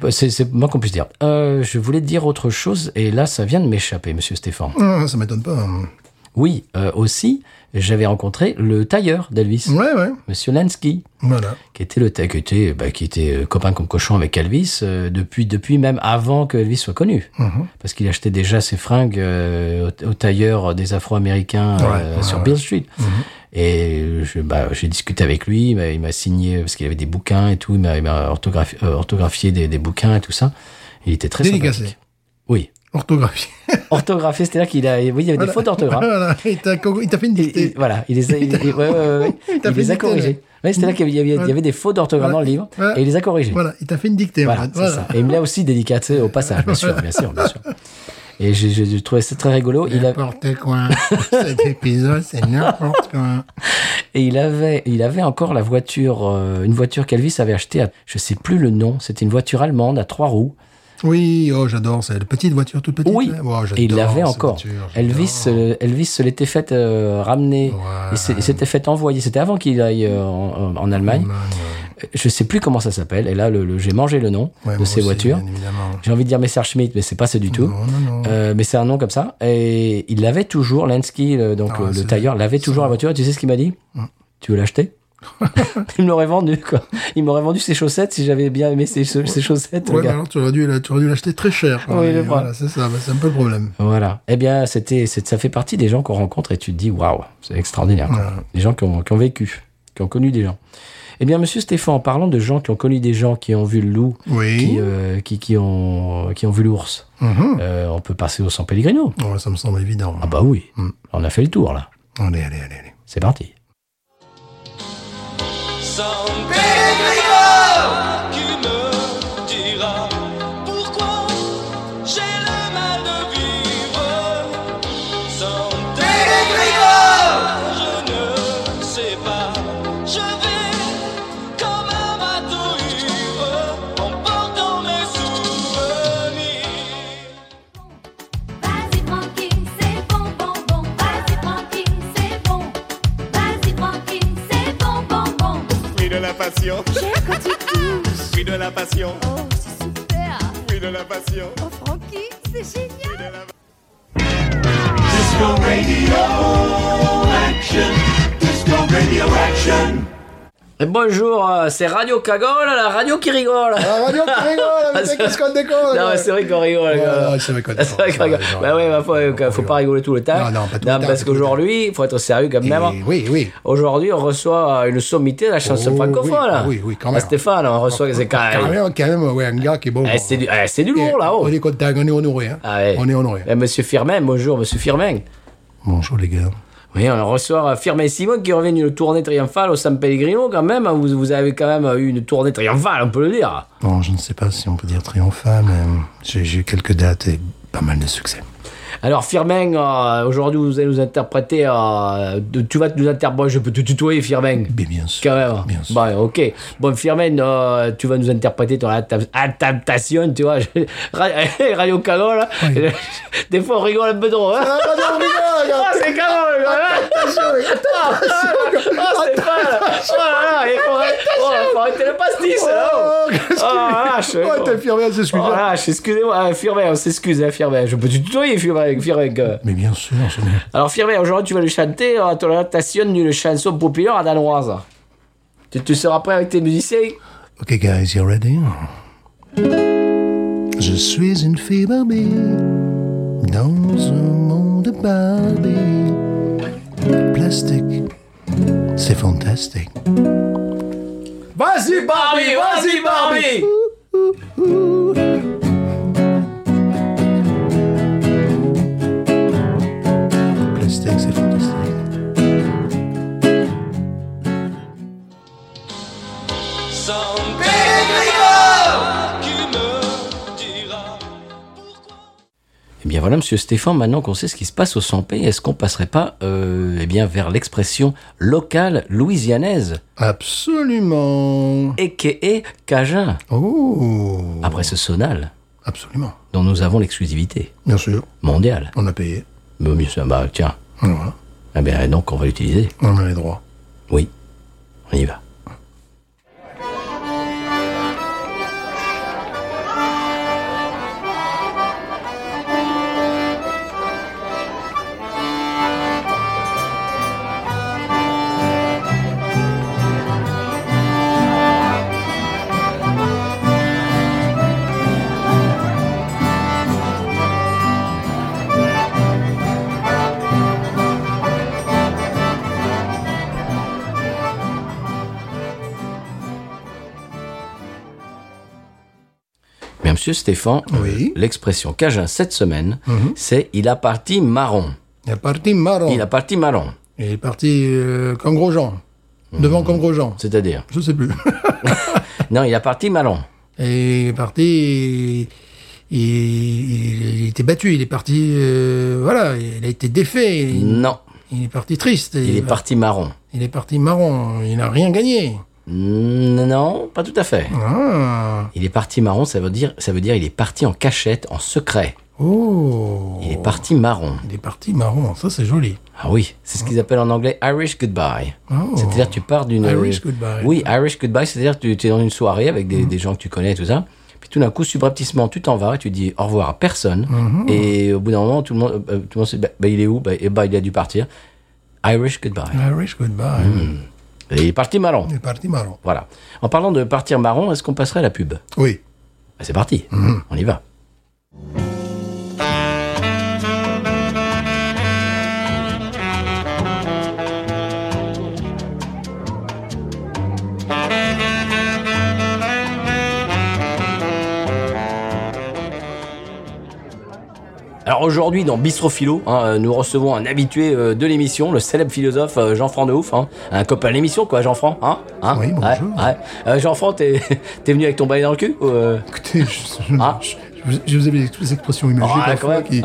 Bah, C'est c'est moins qu'on puisse dire. Euh, je voulais dire autre chose, et là, ça vient de m'échapper, monsieur Stéphane.
Ah, ça m'étonne pas. hein.
Oui, euh, aussi, j'avais rencontré le tailleur d'Elvis,
Ouais, ouais.
monsieur Lansky,
Voilà.
qui était le ta- qui était, bah, qui était euh, copain comme cochon avec Elvis, euh, depuis, depuis même avant que Elvis soit connu.
Mhm.
Parce qu'il achetait déjà ses fringues euh, au, au tailleur des Afro-Américains euh,
Ouais, ouais, Mhm.
sur
ouais.
Beale Street. Et je- bah, j'ai discuté avec lui, il m'a- il m'a signé, parce qu'il avait des bouquins et tout, il m'a- il m'a orthographi- euh, orthographié des, des bouquins et tout ça. Il était très
Dédicacé.
sympathique. Oui.
Orthographie.
Orthographié, c'est-à-dire qu'il a, oui, il y avait des fautes d'orthographe.
Voilà. Il t'a co- il t'a fait une
Il- il-
dictée.
voilà, il les a, il, il- ouais, ouais, ouais, ouais.
t'a
Il
fait
les a
dicter,
corrigés. Ouais, c'est là qu'il y avait, il y avait des fautes d'orthographe dans le livre
Voilà.
et il les a corrigés.
Voilà. Il t'a fait une dictée. en
Voilà,
fait.
c'est ça. Et il me l'a aussi dédicaté au passage, bien sûr, bien sûr, bien sûr. Et j'ai- j'ai j'ai trouvé ça très rigolo. Il a-
N'importe quoi. Cet épisode, c'est n'importe quoi.
et il avait, il avait encore la voiture, euh, une voiture qu'Elvis avait achetée. À, je sais plus le nom. C'était une voiture allemande à trois roues.
Oui, oh, j'adore cette petite voiture toute petite.
Oui.
là. Oh,
et il
j'adore
l'avait
ces
encore.
voitures,
Elvis,
j'adore.
euh, Elvis se l'était fait euh, ramener.
Ouais.
Et c'est- et s'était fait envoyer. C'était avant qu'il aille euh, en, en
Mm.
Allemagne. Je sais plus comment ça s'appelle. Et là, le, le- j'ai mangé le nom
Ouais,
de
moi
ces
aussi,
voitures.
bien évidemment.
J'ai envie de dire Messerschmitt, mais c'est pas ça du tout.
Non, non, non.
Euh, mais c'est un nom comme ça. Et il l'avait toujours, Lansky, le- donc
Ah,
le- le
c'est-
tailleur, l'avait toujours la voiture. Et tu sais ce qu'il m'a dit Tu veux l'acheter il me l'aurait vendu, quoi. Il m'aurait vendu ses chaussettes si j'avais bien aimé ses, ses chaussettes. le
Ouais, mais
gars.
alors tu aurais dû, la- tu aurais dû l'acheter très cher.
Oui, le
Et
problème.
voilà, c'est ça, bah, c'est un peu le problème.
Voilà. Eh bien, c'était, c'est- ça fait partie des gens qu'on rencontre et tu te dis, waouh, c'est extraordinaire. quoi.
Ouais.
Des gens qui ont, qui ont vécu, qui ont connu des gens. Eh bien, monsieur Stéphane, en parlant de gens qui ont connu des gens, qui ont vu le loup,
Oui.
qui, euh, qui, qui ont, qui ont vu l'ours,
Mhm.
euh, on peut passer au San Pellegrino.
Ouais, ça me semble évident.
Ah bah oui,
Mm.
on a fait le tour là.
Allez, allez, allez, allez.
C'est parti.
Sans Pellegrino qui me dira pourquoi j'ai le mal de vivre. Sans Pellegrino, je ne sais pas. Je vais comme un bateau ivre en portant mes souvenirs.
Vas-y tranquille, c'est bon, bon, bon. Vas-y tranquille, c'est bon. Vas-y tranquille, c'est bon, bon, bon.
Fruit de la passion,
J'aime quand tu touches.
fruit de la passion,
Oh, c'est super.
fruit de la passion.
Oh, Francky, c'est génial.
bonjour, euh, c'est Radio Cagole, la radio qui rigole.
Ah, radio, tu rigoles, mais c'est qu'est-ce qu'on déconne
Non, mais c'est vrai qu'on rigole.
Ouais,
quoi.
ouais, c'est vrai qu'on
C'est vrai qu'on
rigole.
rigole. Bah ouais, bah, faut,
Ouais,
quoi,
on
faut
rigole.
pas rigoler tout le temps.
Non, non, pas tout le
parce
temps, pas tout le
qu'aujourd'hui, il faut être sérieux comme même. hein.
Et Oui, oui.
Aujourd'hui, on reçoit euh, une sommité de la chanson
Oh,
francophone.
oui,
là.
oui, oui, quand même.
Ah, Stéphane, on reçoit, c'est
Quand
carré.
même, quand même, ouais, un gars qui est bon.
Eh, c'est du, eh, c'est du lourd
Et
là-haut.
On est content, on est honoré. hein.
Ah, ouais.
On est honoré.
Eh, monsieur Firmin, bonjour, monsieur Firmin.
Bonjour les gars.
Oui, on reçoit euh, Firmin Simon qui revient d'une tournée triomphale au San Pellegrino quand même. hein. Vous, vous avez quand même euh, eu une tournée triomphale, on peut le dire.
Bon, je ne sais pas si on peut dire triomphant, mais euh, j'ai j'ai eu quelques dates et pas mal de succès.
Alors Firmin, euh, aujourd'hui vous allez nous interpréter, euh, de- tu vas nous interpréter, je peux te tutoyer Firmin
Mais bien sûr.
quand même.
Bien sûr.
Bon, ok. Bon, Firmin, euh, tu vas nous interpréter ton adap- adaptation, tu vois. je- Ra- Radio Cagole, là. des fois on rigole un peu trop. hein. Ah, c'est Cagole, quand même. Ah, ah, c'est pas. Oh là là, il faut arrêter- oh, faut arrêter le pastis. là, oh. Ah, la vache,
Oh,
bon.
t'es firmé à ce sujet.
Oh la vache, excusez-moi, ah, Firmin, on s'excuse, hein, Firmin. Je peux te tutoyer, Firmin. Firmin que-
Mais bien sûr, c'est bien.
alors Firmin, aujourd'hui tu vas le chanter euh, ton adaptation d'une chanson populaire à danoise. Tu, tu seras prêt avec tes musiciens
Ok, guys, you ready? Je suis une fille Barbie dans un monde Barbie. Plastique, c'est fantastique.
Vas-y Barbie, vas-y Barbie
Plastique, c'est fantastique.
Sans Pellegrino qui me dira pourquoi.
Eh bien voilà, monsieur Stéphane, maintenant qu'on sait ce qui se passe au Sampé, est-ce qu'on passerait pas euh, eh bien, vers l'expression locale louisianaise,
Absolument.
a.k.a. Cajun,
Oh,
après ce sonal
absolument.
dont nous avons l'exclusivité
Bien sûr,
mondiale
on a payé.
Mais mieux ça, bah tiens,
Voilà,
eh bien donc on va l'utiliser.
on a les droits.
Oui, on y va. Bien, monsieur Stéphane,
Oui. Mhm.
euh, l'expression Cajun cette semaine, c'est il a parti marron.
Il est parti marron.
Il a parti marron,
Il est parti euh, comme Grosjean.
Hmm.
Devant comme Grosjean.
c'est-à-dire.
Je sais plus.
Non, il a parti marron.
Et il est parti. Il, il- il était battu. Il est parti. euh, voilà, il a été défait. Il,
Non,
il est parti triste.
Mm. il est parti marron.
Il est parti marron. Il n'a rien gagné.
Non, pas tout à fait.
Ah.
Il est parti marron, ça veut dire, ça veut dire il est parti en cachette, en secret.
Oh.
Il est parti marron.
Il est parti marron. Ça, c'est joli.
Ah oui, c'est ce qu'ils appellent en anglais Irish goodbye.
Oh.
C'est-à-dire tu pars d'une
Irish goodbye. Mm-hmm.
Oui, Irish goodbye, c'est-à-dire tu tu es dans une soirée avec des, des gens que tu connais et tout ça. Puis tout d'un coup, subrepticement, tu t'en vas et tu dis au revoir à personne.
Mm-hmm.
Et au bout d'un moment, tout le monde, euh, tout le monde se dit bah, bah, il est où bah, eh ben, il a dû partir. Irish goodbye.
Irish Ah, goodbye.
Et parti marron.
C'est parti marron.
Voilà. En parlant de partir marron, est-ce qu'on passerait à la pub
Oui.
Bah, C'est parti.
Mhm.
On y va. Alors aujourd'hui dans Bistro Philo, hein, euh, nous recevons un habitué euh, de l'émission, le célèbre philosophe euh, Jean-Franc de Ouf, hein. un copain de l'émission quoi, Jean-Franc, hein, hein
Oui, bonjour.
Ouais, ouais. Euh, Jean-Franc, t'es t'es venu avec ton balai dans le cul ou, euh,
Écoutez, je, je-
Ah.
je- je vous- je vous avais toutes les expressions imagées
Ouais, quand
parfois
même.
qui,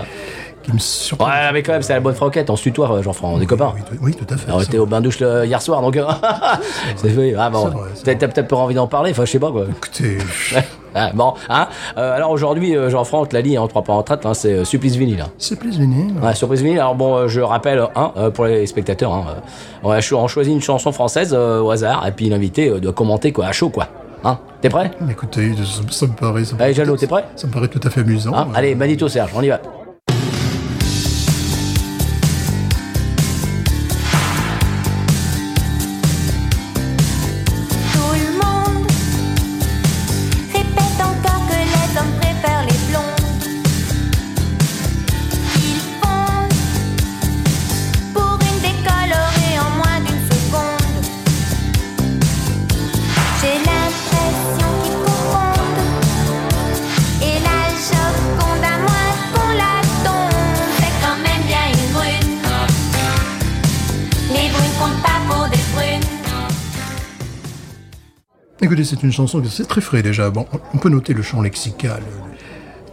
qui me surprennent.
Ouais, mais quand même, c'est la bonne franquette, on se tutoie, euh, Jean-Franc, on est copains.
Oui, tout- oui, tout à fait.
Alors,
ça.
t'es au bain douche le- hier soir, donc. euh, c'est fait. Ah, bon.
C'est vrai, c'est
T'as t'as peut-être pas envie d'en parler, enfin, je sais pas, quoi.
Écoutez, je-
Ah, bon, hein. Euh, alors, aujourd'hui, euh, Jean-Franc, on te l'a dit, hein, on te prend pas en traite, hein, c'est euh, supplice vinyle. hein.
c'est plus vinyle.
Ouais, surprise vinyle. Alors, bon, euh, je rappelle, hein, euh, pour les spectateurs, hein, euh, on a cho- on choisit une chanson française euh, au hasard, et puis l'invité euh, doit commenter, quoi, à chaud, quoi. Hein, t'es prêt
Écoutez, ça, ça me paraît. Ça me
Allez,
paraît-
Ah, Jalo, t'es prêt
Ça me paraît tout à fait amusant.
Hein Allez, Manito Serge, on y va.
Tout le monde répète encore que les hommes préfèrent les blondes. Ils font pour une décolorée en moins d'une seconde. J'ai l'impression qu'ils confondent. Et la joconde, à moins qu'on la tombe, c'est quand même bien une brune. Les brunes comptent pas pour des brunes.
Écoutez, c'est une chanson que c'est très frais déjà. Bon, on peut noter le chant lexical. euh,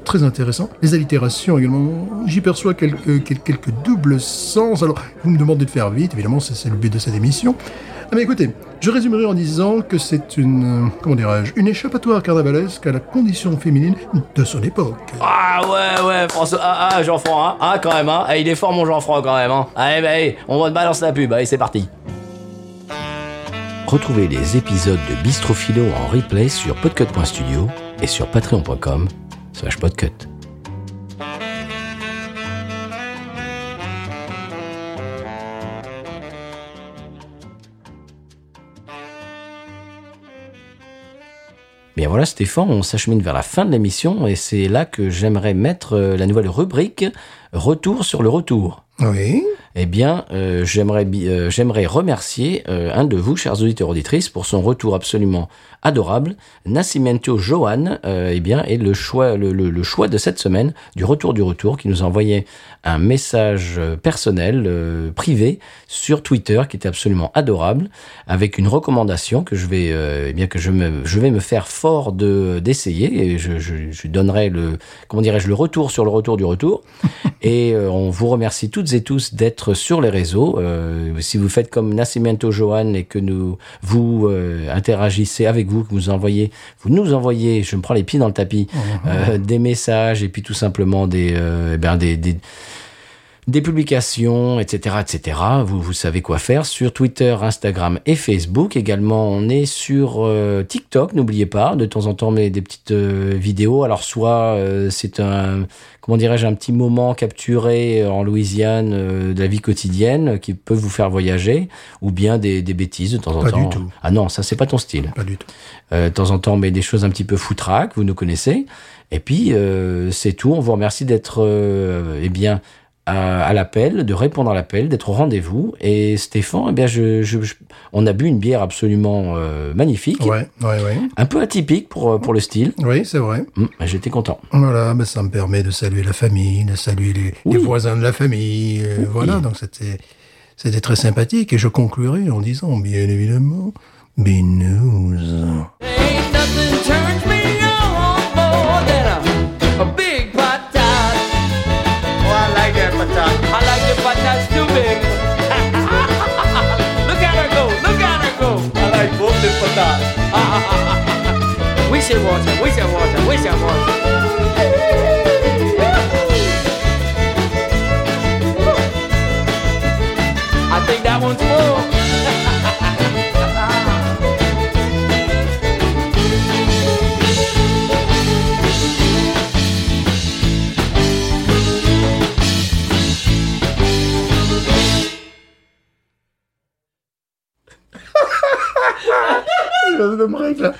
Très intéressant. Les allitérations également. J'y perçois quelques, euh, quel- quelques doubles sens. Alors, vous me demandez de faire vite, évidemment, c'est c'est le but de cette émission. Ah, mais écoutez, je résumerai en disant que c'est une, euh, comment dirais-je, une échappatoire carnavalesque à la condition féminine de son époque.
Ah ouais ouais François ah ah Jean-Franc hein, ah quand même hein Ah, il est fort mon Jean-Franc quand même hein Allez bah allez, on va te balancer la pub allez c'est parti Retrouvez les épisodes de Bistrophilo en replay sur podcut.studio et sur patreon.com slash podcut. Bien voilà Stéphane, on s'achemine vers la fin de l'émission et c'est là que j'aimerais mettre euh, la nouvelle rubrique Retour sur le retour.
Oui.
Eh bien, euh, j'aimerais bi- euh, j'aimerais remercier euh, un de vous, chers auditeurs auditrices, pour son retour absolument adorable, Nascimento Johan, euh, eh bien, et le choix, le, le- le choix de cette semaine du retour du retour, qui nous a envoyé un message euh, personnel, euh, privé, sur Twitter, qui était absolument adorable, avec une recommandation que je vais, euh, eh bien, que je me, je vais me faire fort de d'essayer, et je, je, je donnerai le, comment dirais-je, le retour sur le retour du retour. Et euh, on vous remercie toutes et tous d'être sur les réseaux. Euh, si vous faites comme Nascimento Johan et que nous vous euh, interagissez avec vous, que vous envoyez, vous nous envoyez, je me prends les pieds dans le tapis, euh, des messages et puis tout simplement des, euh, eh ben des, des des publications, etc., etc. Vous, vous savez quoi faire sur Twitter, Instagram et Facebook. Également, on est sur euh, TikTok. N'oubliez pas, de temps en temps, mais des petites euh, vidéos. Alors, soit euh, c'est un, comment dirais-je, un petit moment capturé euh, en Louisiane euh, de la vie quotidienne euh, qui peut vous faire voyager, ou bien des, des bêtises de temps en
Pas
temps.
du tout.
Ah non, ça c'est pas ton style.
Pas du tout.
Euh, de temps en temps, mais des choses un petit peu foutraques, vous nous connaissez. Et puis, euh, c'est tout. On vous remercie d'être, euh, eh bien, à, à l'appel, de répondre à l'appel, d'être au rendez-vous. Et Stéphane, eh bien, je, je- je- on a bu une bière absolument euh, magnifique,
Ouais, ouais, ouais.
un peu atypique pour, euh, pour le style.
Oui, c'est vrai.
Hum, J'étais content.
Voilà, ben ça me permet de saluer la famille, de saluer les, les
Oui.
voisins de la famille. euh, Voilà, donc c'était c'était très sympathique. Et je conclurai en disant, bien évidemment, Binous.
Ain't nothing turns me on more than a, a big patat. Oh, I like that patat. I like the patats too big. look at her go, look at her go. I like both the patats. we should watch her, we should watch her, we should watch her. I think that one's full.
dans une règle.